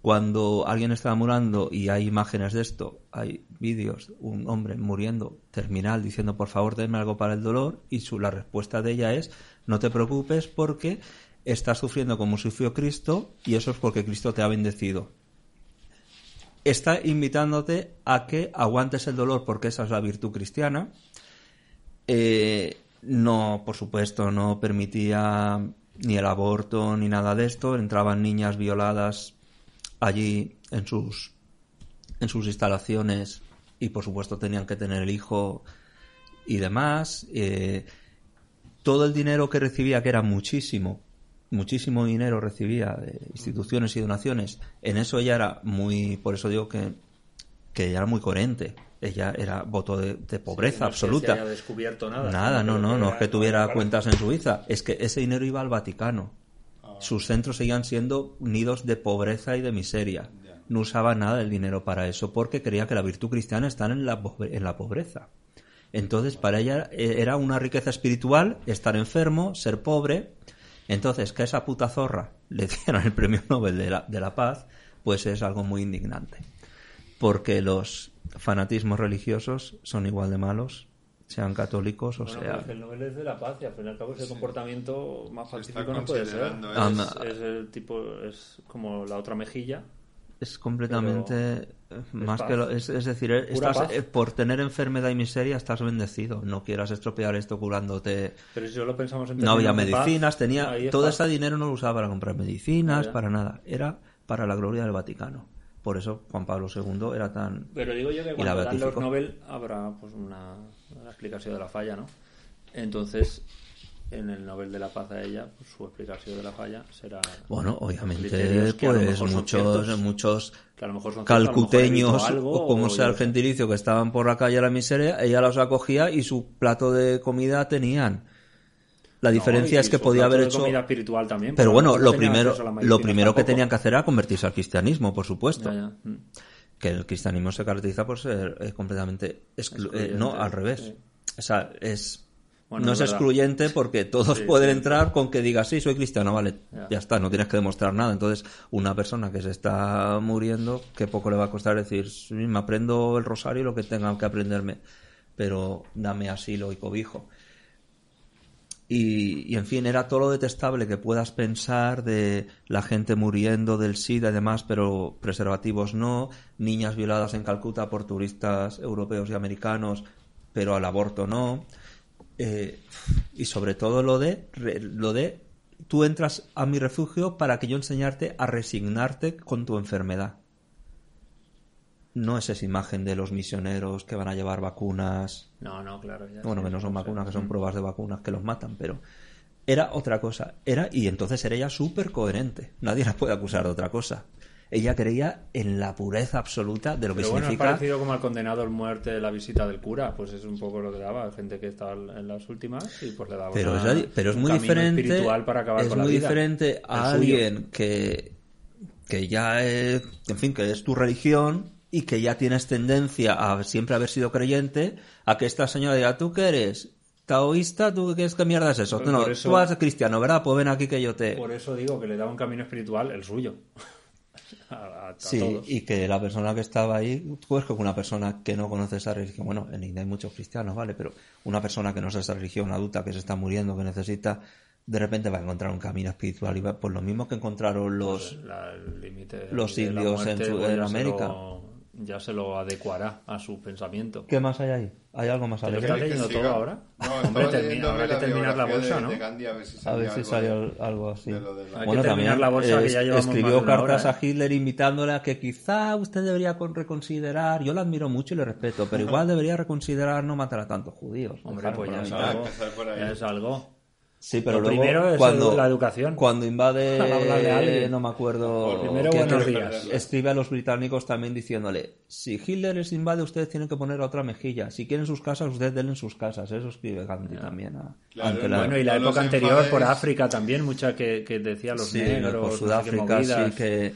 Cuando alguien estaba muriendo, y hay imágenes de esto, hay vídeos, un hombre muriendo, terminal, diciendo por favor denme algo para el dolor, y su, la respuesta de ella es no te preocupes porque estás sufriendo como sufrió Cristo y eso es porque Cristo te ha bendecido está invitándote a que aguantes el dolor porque esa es la virtud cristiana. Eh, no, por supuesto, no permitía ni el aborto ni nada de esto. Entraban niñas violadas allí en sus, en sus instalaciones y por supuesto tenían que tener el hijo y demás. Eh, todo el dinero que recibía, que era muchísimo, muchísimo dinero recibía de instituciones y donaciones, en eso ella era muy, por eso digo que, que ella era muy coherente. Ella era voto de, de pobreza
No es que se
absoluta.
haya descubierto nada.
Nada,
sino
no, no, no es que tuviera
claro,
cuentas en Suiza, es que ese dinero iba al Vaticano. Sus centros seguían siendo nidos de pobreza y de miseria.
Ya.
No usaba nada el dinero para eso porque creía que la virtud cristiana está en la, pobre- en la pobreza. Entonces, para ella eh, era una riqueza espiritual estar enfermo, ser pobre. Entonces, que a esa puta zorra le [laughs] dieran el premio Nobel de la, de la Paz, pues es algo muy indignante. Porque los fanatismos religiosos son igual de malos, sean católicos o
Bueno, pero
sean...
es que el Nobel es de la paz y al fin y al cabo ese comportamiento más
Se está
pacífico no puede ser.
considerando,
Ah,
es-
no.
Es el tipo, es como la otra mejilla.
Es completamente eh, más
paz.
que lo- es, es decir, eh,
Pura
estás,
paz.
eh, por tener enfermedad y miseria estás bendecido. No quieras estropear esto curándote.
Pero si solo pensamos en
No había
términos de paz,
medicinas, tenía
ahí es
todo
paz.
ese dinero no lo usaba para comprar medicinas,
Ya.
para nada. Era para la gloria del Vaticano. Por eso Juan Pablo II era tan
Pero digo yo que
y
cuando
la
dan los
beatificó.
Nobel habrá pues una, una explicación de la falla, ¿no? Entonces, en el Nobel de la Paz a ella, pues, su explicación de la falla será...
Bueno, obviamente,
criterios que a lo
pues
mejor son
muchos,
ciertos.
muchos
Que a lo mejor son ciertos, a lo mejor he
calcuteños
visto algo,
o como
o
sea
yo
el
qué sé.
gentilicio que estaban por la calle a la miseria, ella los acogía y su plato de comida tenían. La diferencia
No, y
es que
su
podía
plato
haber
de
hecho.
comida espiritual también.
Pero
porque
bueno,
no
lo
tenían
primero,
acceso a la medicina
lo primero que
tampoco.
tenían que hacer era convertirse al cristianismo, por supuesto
Ya, ya. Mm.
que el cristianismo se caracteriza por ser eh, completamente exclu-
Excluyente,
eh, no al revés
sí.
o sea es
Bueno,
no
es
es
verdad.
excluyente porque todos
Sí,
pueden
sí,
entrar con que digas sí soy cristiano vale
Ya.
ya. está no tienes que demostrar nada entonces una persona que se está muriendo qué poco le va a costar decir sí, me aprendo el rosario y lo que tenga que aprenderme pero dame asilo y cobijo y, y, en fin, era todo lo detestable que puedas pensar de la gente muriendo del SIDA y demás, pero preservativos no, niñas violadas en Calcuta por turistas europeos y americanos, pero al aborto no. Eh, y sobre todo lo de, re- lo de, tú entras a mi refugio para que yo enseñarte a resignarte con tu enfermedad. No es esa imagen de los misioneros que van a llevar vacunas
No, no, claro. ya
bueno,
sí,
que no son
sé. Mm.
vacunas, que son pruebas de vacunas que los matan, pero era otra cosa. Era, y entonces era ella súper coherente. Nadie la puede acusar de otra cosa. Ella creía en la pureza absoluta de lo que
Pero bueno, es
significa.
parecido como al condenado al muerte de la visita del cura, pues es un poco lo que daba, gente que estaba en las últimas y pues le daba
pero, es, la di- pero es muy diferente.
espiritual para acabar
Es
con la
muy
vida.
diferente a
El suyo.
alguien que, que ya es, en fin, que es tu religión y que ya tienes tendencia a siempre haber sido creyente, a que esta señora diga, ¿tú qué eres? ¿Taoísta? ¿Tú qué, es- qué mierda es eso?
Pues
Tú no,
por eso-
tú eres cristiano, ¿verdad? Pues ven aquí que yo te...
Por eso digo que le daba un camino espiritual el suyo. [laughs] a, a- a
Sí,
todos.
y que la persona que estaba ahí, pues que una persona que no conoce esa religión, bueno, en India hay muchos cristianos, ¿vale? Pero una persona que no es esa religión adulta, que se está muriendo, que necesita, de repente va a encontrar un camino pues espiritual y va por lo mismo que encontraron los...
La- el límite
los
de la
indios
muerte,
en
pues, ya se
Sudamérica.
lo- ya se lo adecuará a su pensamiento.
¿Qué más hay ahí? ¿Hay algo más
¿Te lo
alegre?
estás
¿Quieres que
leyendo
siga?
todo ahora?
No,
Hombre,
estaba
termina-
leyéndome
habrá que terminar la
biografía
bolsa,
de-
¿no?
de Gandhi, a ver si
A
salió
ver si
algo de-
salió algo así.
de lo de la-
Hay que terminar la bolsa, que ya llevamos
escribió
más de una
cartas
hora, ¿eh?
a Hitler invitándola que quizá usted debería con- reconsiderar. Yo la admiro mucho y le respeto, pero igual debería reconsiderar no matar a tantos judíos.
Hombre,
Dejarlo
pues
por
ya
la
es
mitad.
algo.
Empezar por ahí.
Ya es algo.
Sí, pero
Lo
luego
primero es
cuando,
edu- la educación. [laughs]
Cuando invade,
Hablarle a alguien.
no me acuerdo.
Primero
que-
buenos
que
días.
Escribe a los británicos también diciéndole: si Hitler les invade, ustedes tienen que poner la otra mejilla. Si quieren sus casas, ustedes denle sus casas. Eso escribe Gandhi también. a-
Claro,
ante la-
Claro.
Bueno, y la
No los
época anterior por
enfadéis.
África también, mucha que, que decía los
Sí,
negros,
por
no sé qué
Sudáfrica,
movidas,
sí que.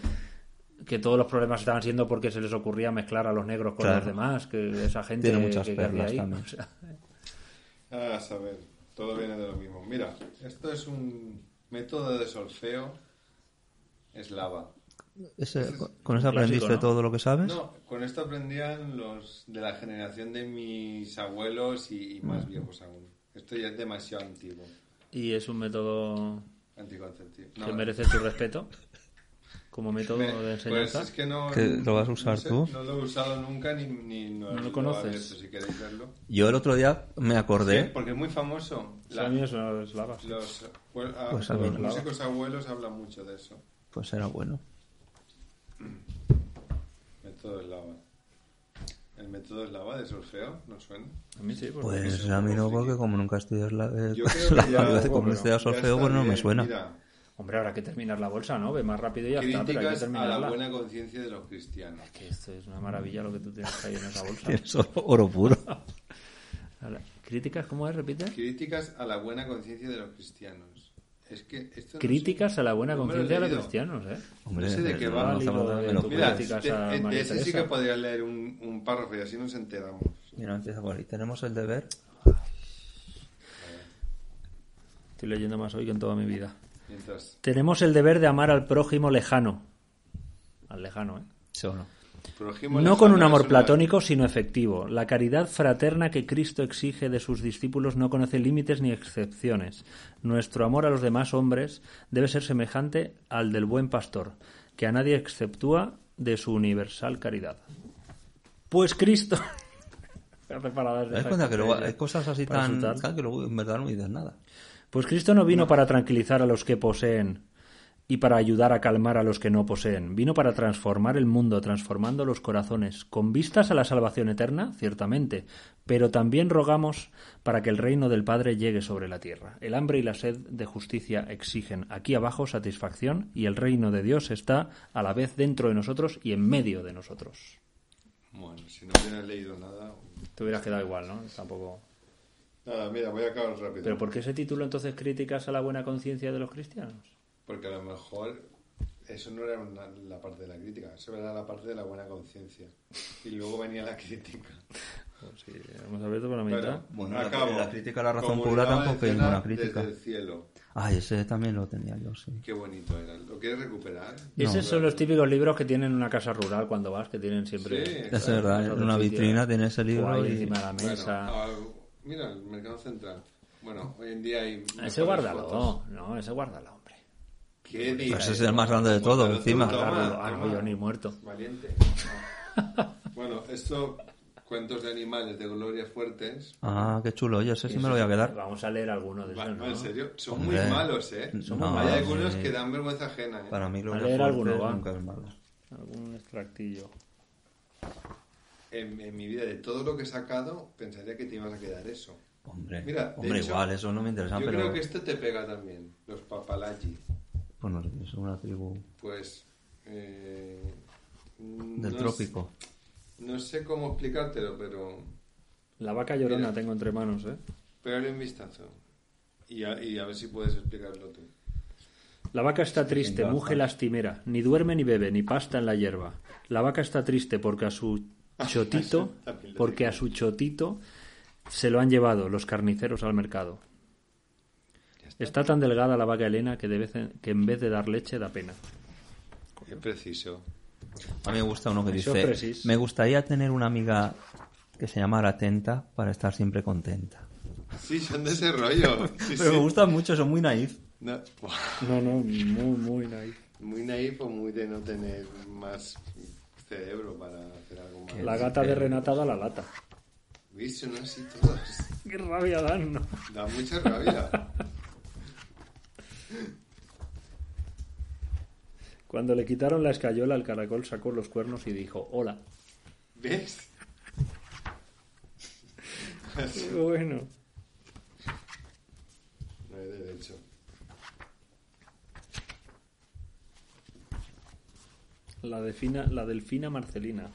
que todos los problemas estaban siendo porque se les ocurría mezclar a los negros con
Claro.
los demás, que esa gente
Tiene muchas
que que había
perlas
ahí.
también.
O sea,
Ah, a saber, todo viene de lo mismo. Mira, esto es un método de solfeo eslava.
ese- ¿Con eso aprendiste
Clásico, ¿no?
todo lo que sabes?
No, con esto aprendían los de la generación de mis abuelos y, y más viejos aún. Esto ya es demasiado antiguo,
y es un método
anticonceptivo.
que
No,
merece tu respeto como método
me-
de
pues
enseñanza.
es que no,
¿Que lo vas a usar
no sé,
tú?
No lo he usado nunca ni, ni no,
lo
he
conoces?
abierto, si queréis verlo.
Yo el otro día me
Sí,
acordé.
porque es muy famoso. La-
Los míos son los eslavas.
los, pues, ah,
Pues a
los
mí.
músicos abuelos hablan mucho de eso.
Pues era bueno.
Método eslava. El método eslava de solfeo, ¿no suena?
A mí sí, porque-
Pues a mí no, porque como nunca estudias la, eh, [laughs]
Yo creo
la
que ya-
facultad de
bueno,
Comunicidad
ya
Solfeo,
está
pues no me
bien,
suena.
mira,
Hombre, habrá que terminar la bolsa, ¿no? Ve más rápido y ya está, pero hay que
críticas a la
terminarla.
buena conciencia de los cristianos.
Que esto es una maravilla lo que tú tienes ahí en esa bolsa.
[laughs] Tienes oro- oro puro.
Ahora, ¿Críticas cómo es? Repite.
Críticas a la buena conciencia de los cristianos. Es que esto no
Críticas
sé-
a la buena
no me lo he
conciencia de los
leído.
cristianos, ¿eh?
No sé de qué
eh,
va,
no estamos-
Lilo,
me lo
tú
cuentas.
Mira,
críticas
de,
a
de- de
María
ese sí
Teresa.
que podrías leer un, un párrafo y así nos enteramos.
Mira, empieza por ahí. Tenemos el deber.
Estoy leyendo más hoy que en toda mi vida.
Mientras
Tenemos el deber de amar al prójimo lejano. Al lejano, ¿eh?
prójimo
No con
lejano
un
es
amor
una-
platónico, sino efectivo. La caridad fraterna que Cristo exige de sus discípulos no conoce límites ni excepciones. Nuestro amor a los demás hombres debe ser semejante al del buen pastor, que a nadie exceptúa de su universal caridad. Pues Cristo. [laughs] Hace paradas
¿Te
de
das
esas
cuenta que luego hay
ella,
cosas así
para
tan.
insultar.
tal que luego en verdad no dices nada?
Pues Cristo no vino para tranquilizar a los que poseen y para ayudar a calmar a los que no poseen. Vino para transformar el mundo, transformando los corazones, con vistas a la salvación eterna, ciertamente, pero también rogamos para que el reino del Padre llegue sobre la tierra. El hambre y la sed de justicia exigen aquí abajo satisfacción y el reino de Dios está a la vez dentro de nosotros y en medio de nosotros.
Bueno, si no hubieras leído nada...
Te hubieras quedado igual, ¿no? Tampoco.
Nada, mira, voy a acabar rápido.
Pero ¿por qué ese título entonces críticas a la buena conciencia de los cristianos?
Porque a lo mejor eso no era una- la parte de la crítica, eso era la parte de la buena conciencia. Y luego venía la crítica.
Sí, hemos abierto por la mitad.
Pero,
Bueno, la-
acabo.
la crítica a la razón
Comunidad
pura tampoco es
valenciana
ninguna crítica.
Desde el cielo.
Ay, Ah, ese también lo tenía yo, sí.
Qué bonito era. ¿Lo quieres recuperar?
Esos son los típicos libros que tienen en una casa rural cuando vas, que tienen siempre.
Sí,
en
Es
claro.
verdad, en
otro
una
sitio.
vitrina tiene ese
O ahí
libro y.
encima de la
Bueno,
mesa.
ah, mira, el mercado central. Bueno, hoy en día hay.
ese
mejores
guárdalo.
fotos.
No, ese guárdalo, hombre.
¿Qué
Pues
dices?
ese es el más grande de todo,
Guárdalo tú,
encima.
toma,
Guárdalo. Ah,
toma.
no, yo ni muerto.
[laughs]
Valiente. bueno, esto. Cuentos de animales de Gloria Fuertes.
Ah, qué chulo. Oye, ese sí me lo voy a quedar.
Vamos a leer alguno de
Va-
esos.
va,
¿no?
en serio, son
Hombre.
muy malos, ¿eh?
Pues Son muy
Hay
malos,
algunos
sí.
que dan vergüenza ajena, ¿eh?
Para mí lo
A
que
leer alguno, va.
nunca es malo.
Algún extractillo.
En, en mi vida, de todo lo que he sacado, pensaría que te ibas a quedar eso.
Hombre,
Mira, de
hombre
hecho,
igual, eso no me interesa,
Yo
Ah, pero.
creo que esto te pega también, los papalachi.
Bueno, es una tribu
Pues... eh,
del
no
trópico.
sé- no sé cómo explicártelo, pero
La vaca llorona
Mira.
tengo entre manos, ¿eh?
pégale un vistazo. Y a, y a ver si puedes explicarlo tú.
La vaca está triste,
sin
muge
gafas.
lastimera, ni duerme ni bebe, ni pasta en la hierba. La vaca está triste porque a su chotito,
También lo
porque a su chotito se lo han llevado los carniceros al mercado. Está tan delgada la vaca Elena que, de vez en, que en vez de dar leche da pena.
Es preciso.
A mí me gusta uno que
Eso
dice,
precis.
me gustaría tener una amiga que se llamara Atenta para estar siempre contenta.
Sí, son de ese rollo. Sí,
Pero
sí.
me gustan mucho, son muy naif.
No,
No, no, muy, muy naif.
Muy naif o muy de no tener más cerebro para hacer algo más.
La gata de Renata da la lata.
¿Veis? Son así todos.
Qué rabia dan, ¿no?
Da mucha rabia.
Cuando le quitaron la escayola, el caracol sacó los cuernos y dijo, hola.
¿Ves?
Qué Bueno.
No hay derecho.
La, defina, la delfina Marcelina.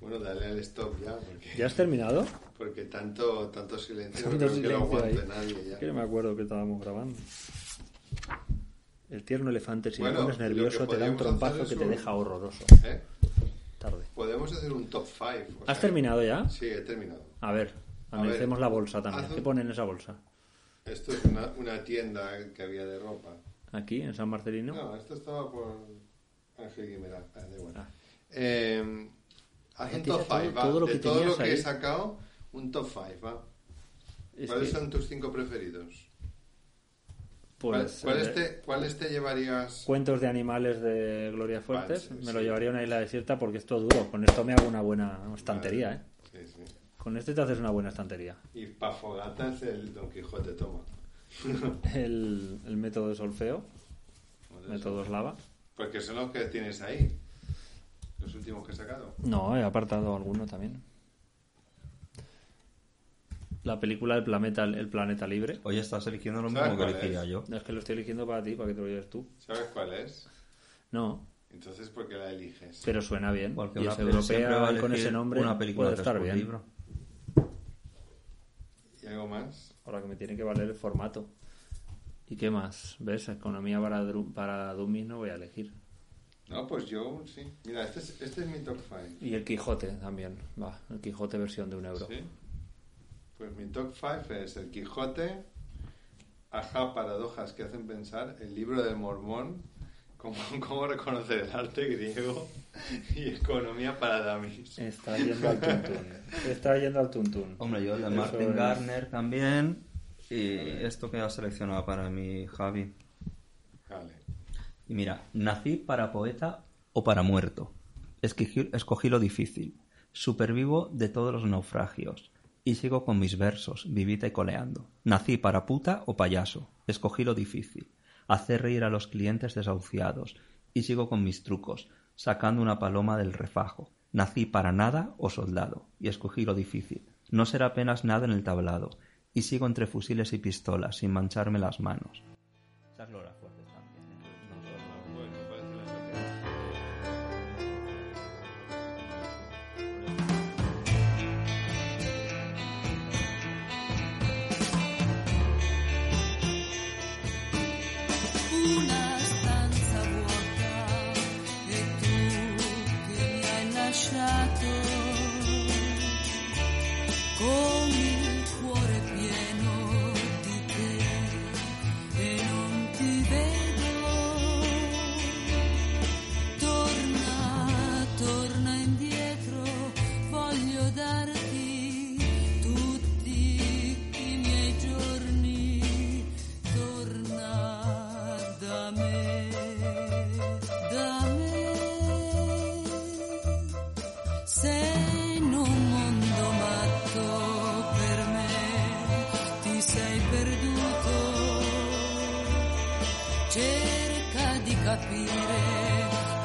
Bueno, dale al stop ya, porque,
¿Ya has terminado?
porque tanto, tanto silencio no
Tanto
creo que lo
silencio
aguante
ahí.
nadie ya.
Que no me acuerdo que estábamos grabando. El tierno elefante, si
Bueno,
te pones
lo que
nervioso, te da un
podríamos hacer
trompazo
es
que te
un-
deja horroroso.
¿Eh?
Tarde.
Podemos hacer un top 5.
¿Has terminado ya?
Sí, he terminado.
A ver,
Pues A ver,
analicemos la bolsa
haz
también.
un-
¿Qué pone en esa bolsa?
Esto es una, una tienda que había de ropa.
Aquí, en San Marcelino.
No, esto estaba por Ángel Guimerá. Ah, da igual.
Ah.
Eh, haz
Ya
un
te
top
hice todo-
5, va.
todo lo
de
que
todo lo
tenías
que he
ahí.
sacado, un top 5, va.
Es
¿Cuáles
que,
son tus cinco preferidos?
pues,
¿Cuál- este? ¿Cuáles
eh,
te, cuáles te llevarías?
Cuentos de animales de Gloria Fuertes.
Vale, sí,
me lo
sí.
llevaría a una isla desierta porque esto es duro. Con esto me hago una buena estantería, ¿eh?
Sí, sí.
Con este te haces una buena estantería.
Y pa' fogatas el Don Quijote
[laughs]
toma.
El, el método de solfeo,
Pues
método eslava.
Porque son los que tienes ahí. Los últimos que he sacado.
No, he apartado alguno también. La película El planeta, el planeta libre.
Hoy estás eligiendo lo
¿Sabes
mismo que
cuál
elegía
es?
yo.
No, Es que lo estoy eligiendo para ti, para que te lo lleves tú.
¿Sabes cuál es?
No,
Entonces, ¿por qué la eliges?
pero suena bien.
Porque
y
una
es
peli siempre va
europea
a
y con
elegir
ese nombre
una película
puede
tras
estar
un
bien.
libro.
¿Y algo más?
Ahora que me tiene que valer el formato. ¿Y qué más? ¿Ves? Economía para, dru- para dummies no voy a elegir.
No, pues yo sí. Mira, este es, este es mi top 5.
Y el Quijote también. Va, el Quijote versión de un euro.
¿Sí? Pues mi top 5 es El Quijote, Ajá, paradojas que hacen pensar, El libro del mormón, cómo, [laughs] cómo reconocer el arte griego [laughs] y economía para dummies.
Está yendo al tuntún. Está yendo al tuntún.
Hombre, yo el de
Eso
Martin
es.
Garner también. Y esto que has seleccionado para mí, Javi.
Vale.
Y mira, nací para poeta o para muerto. Esquigi- escogí lo difícil. Supervivo de todos los naufragios. Y sigo con mis versos, vivita y coleando. Nací para puta o payaso. Escogí lo difícil. Hacer reír a los clientes desahuciados. Y sigo con mis trucos, sacando una paloma del refajo. Nací para nada o soldado. Y escogí lo difícil. No será apenas nada en el tablado. Y sigo entre fusiles y pistolas, sin mancharme las manos. Esas Lola Fuertes también, ¿eh? No, no, no.
Bueno, parece la verdad.
una stanza vuota e tu che mi hai lasciato con il cuore pieno di te e non ti vedo torna torna indietro voglio darti tutti i miei giorni torna da me da me sei in un mondo matto per me ti sei perduto cerca di capire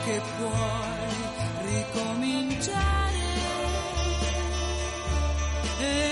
che puoi ricominciare e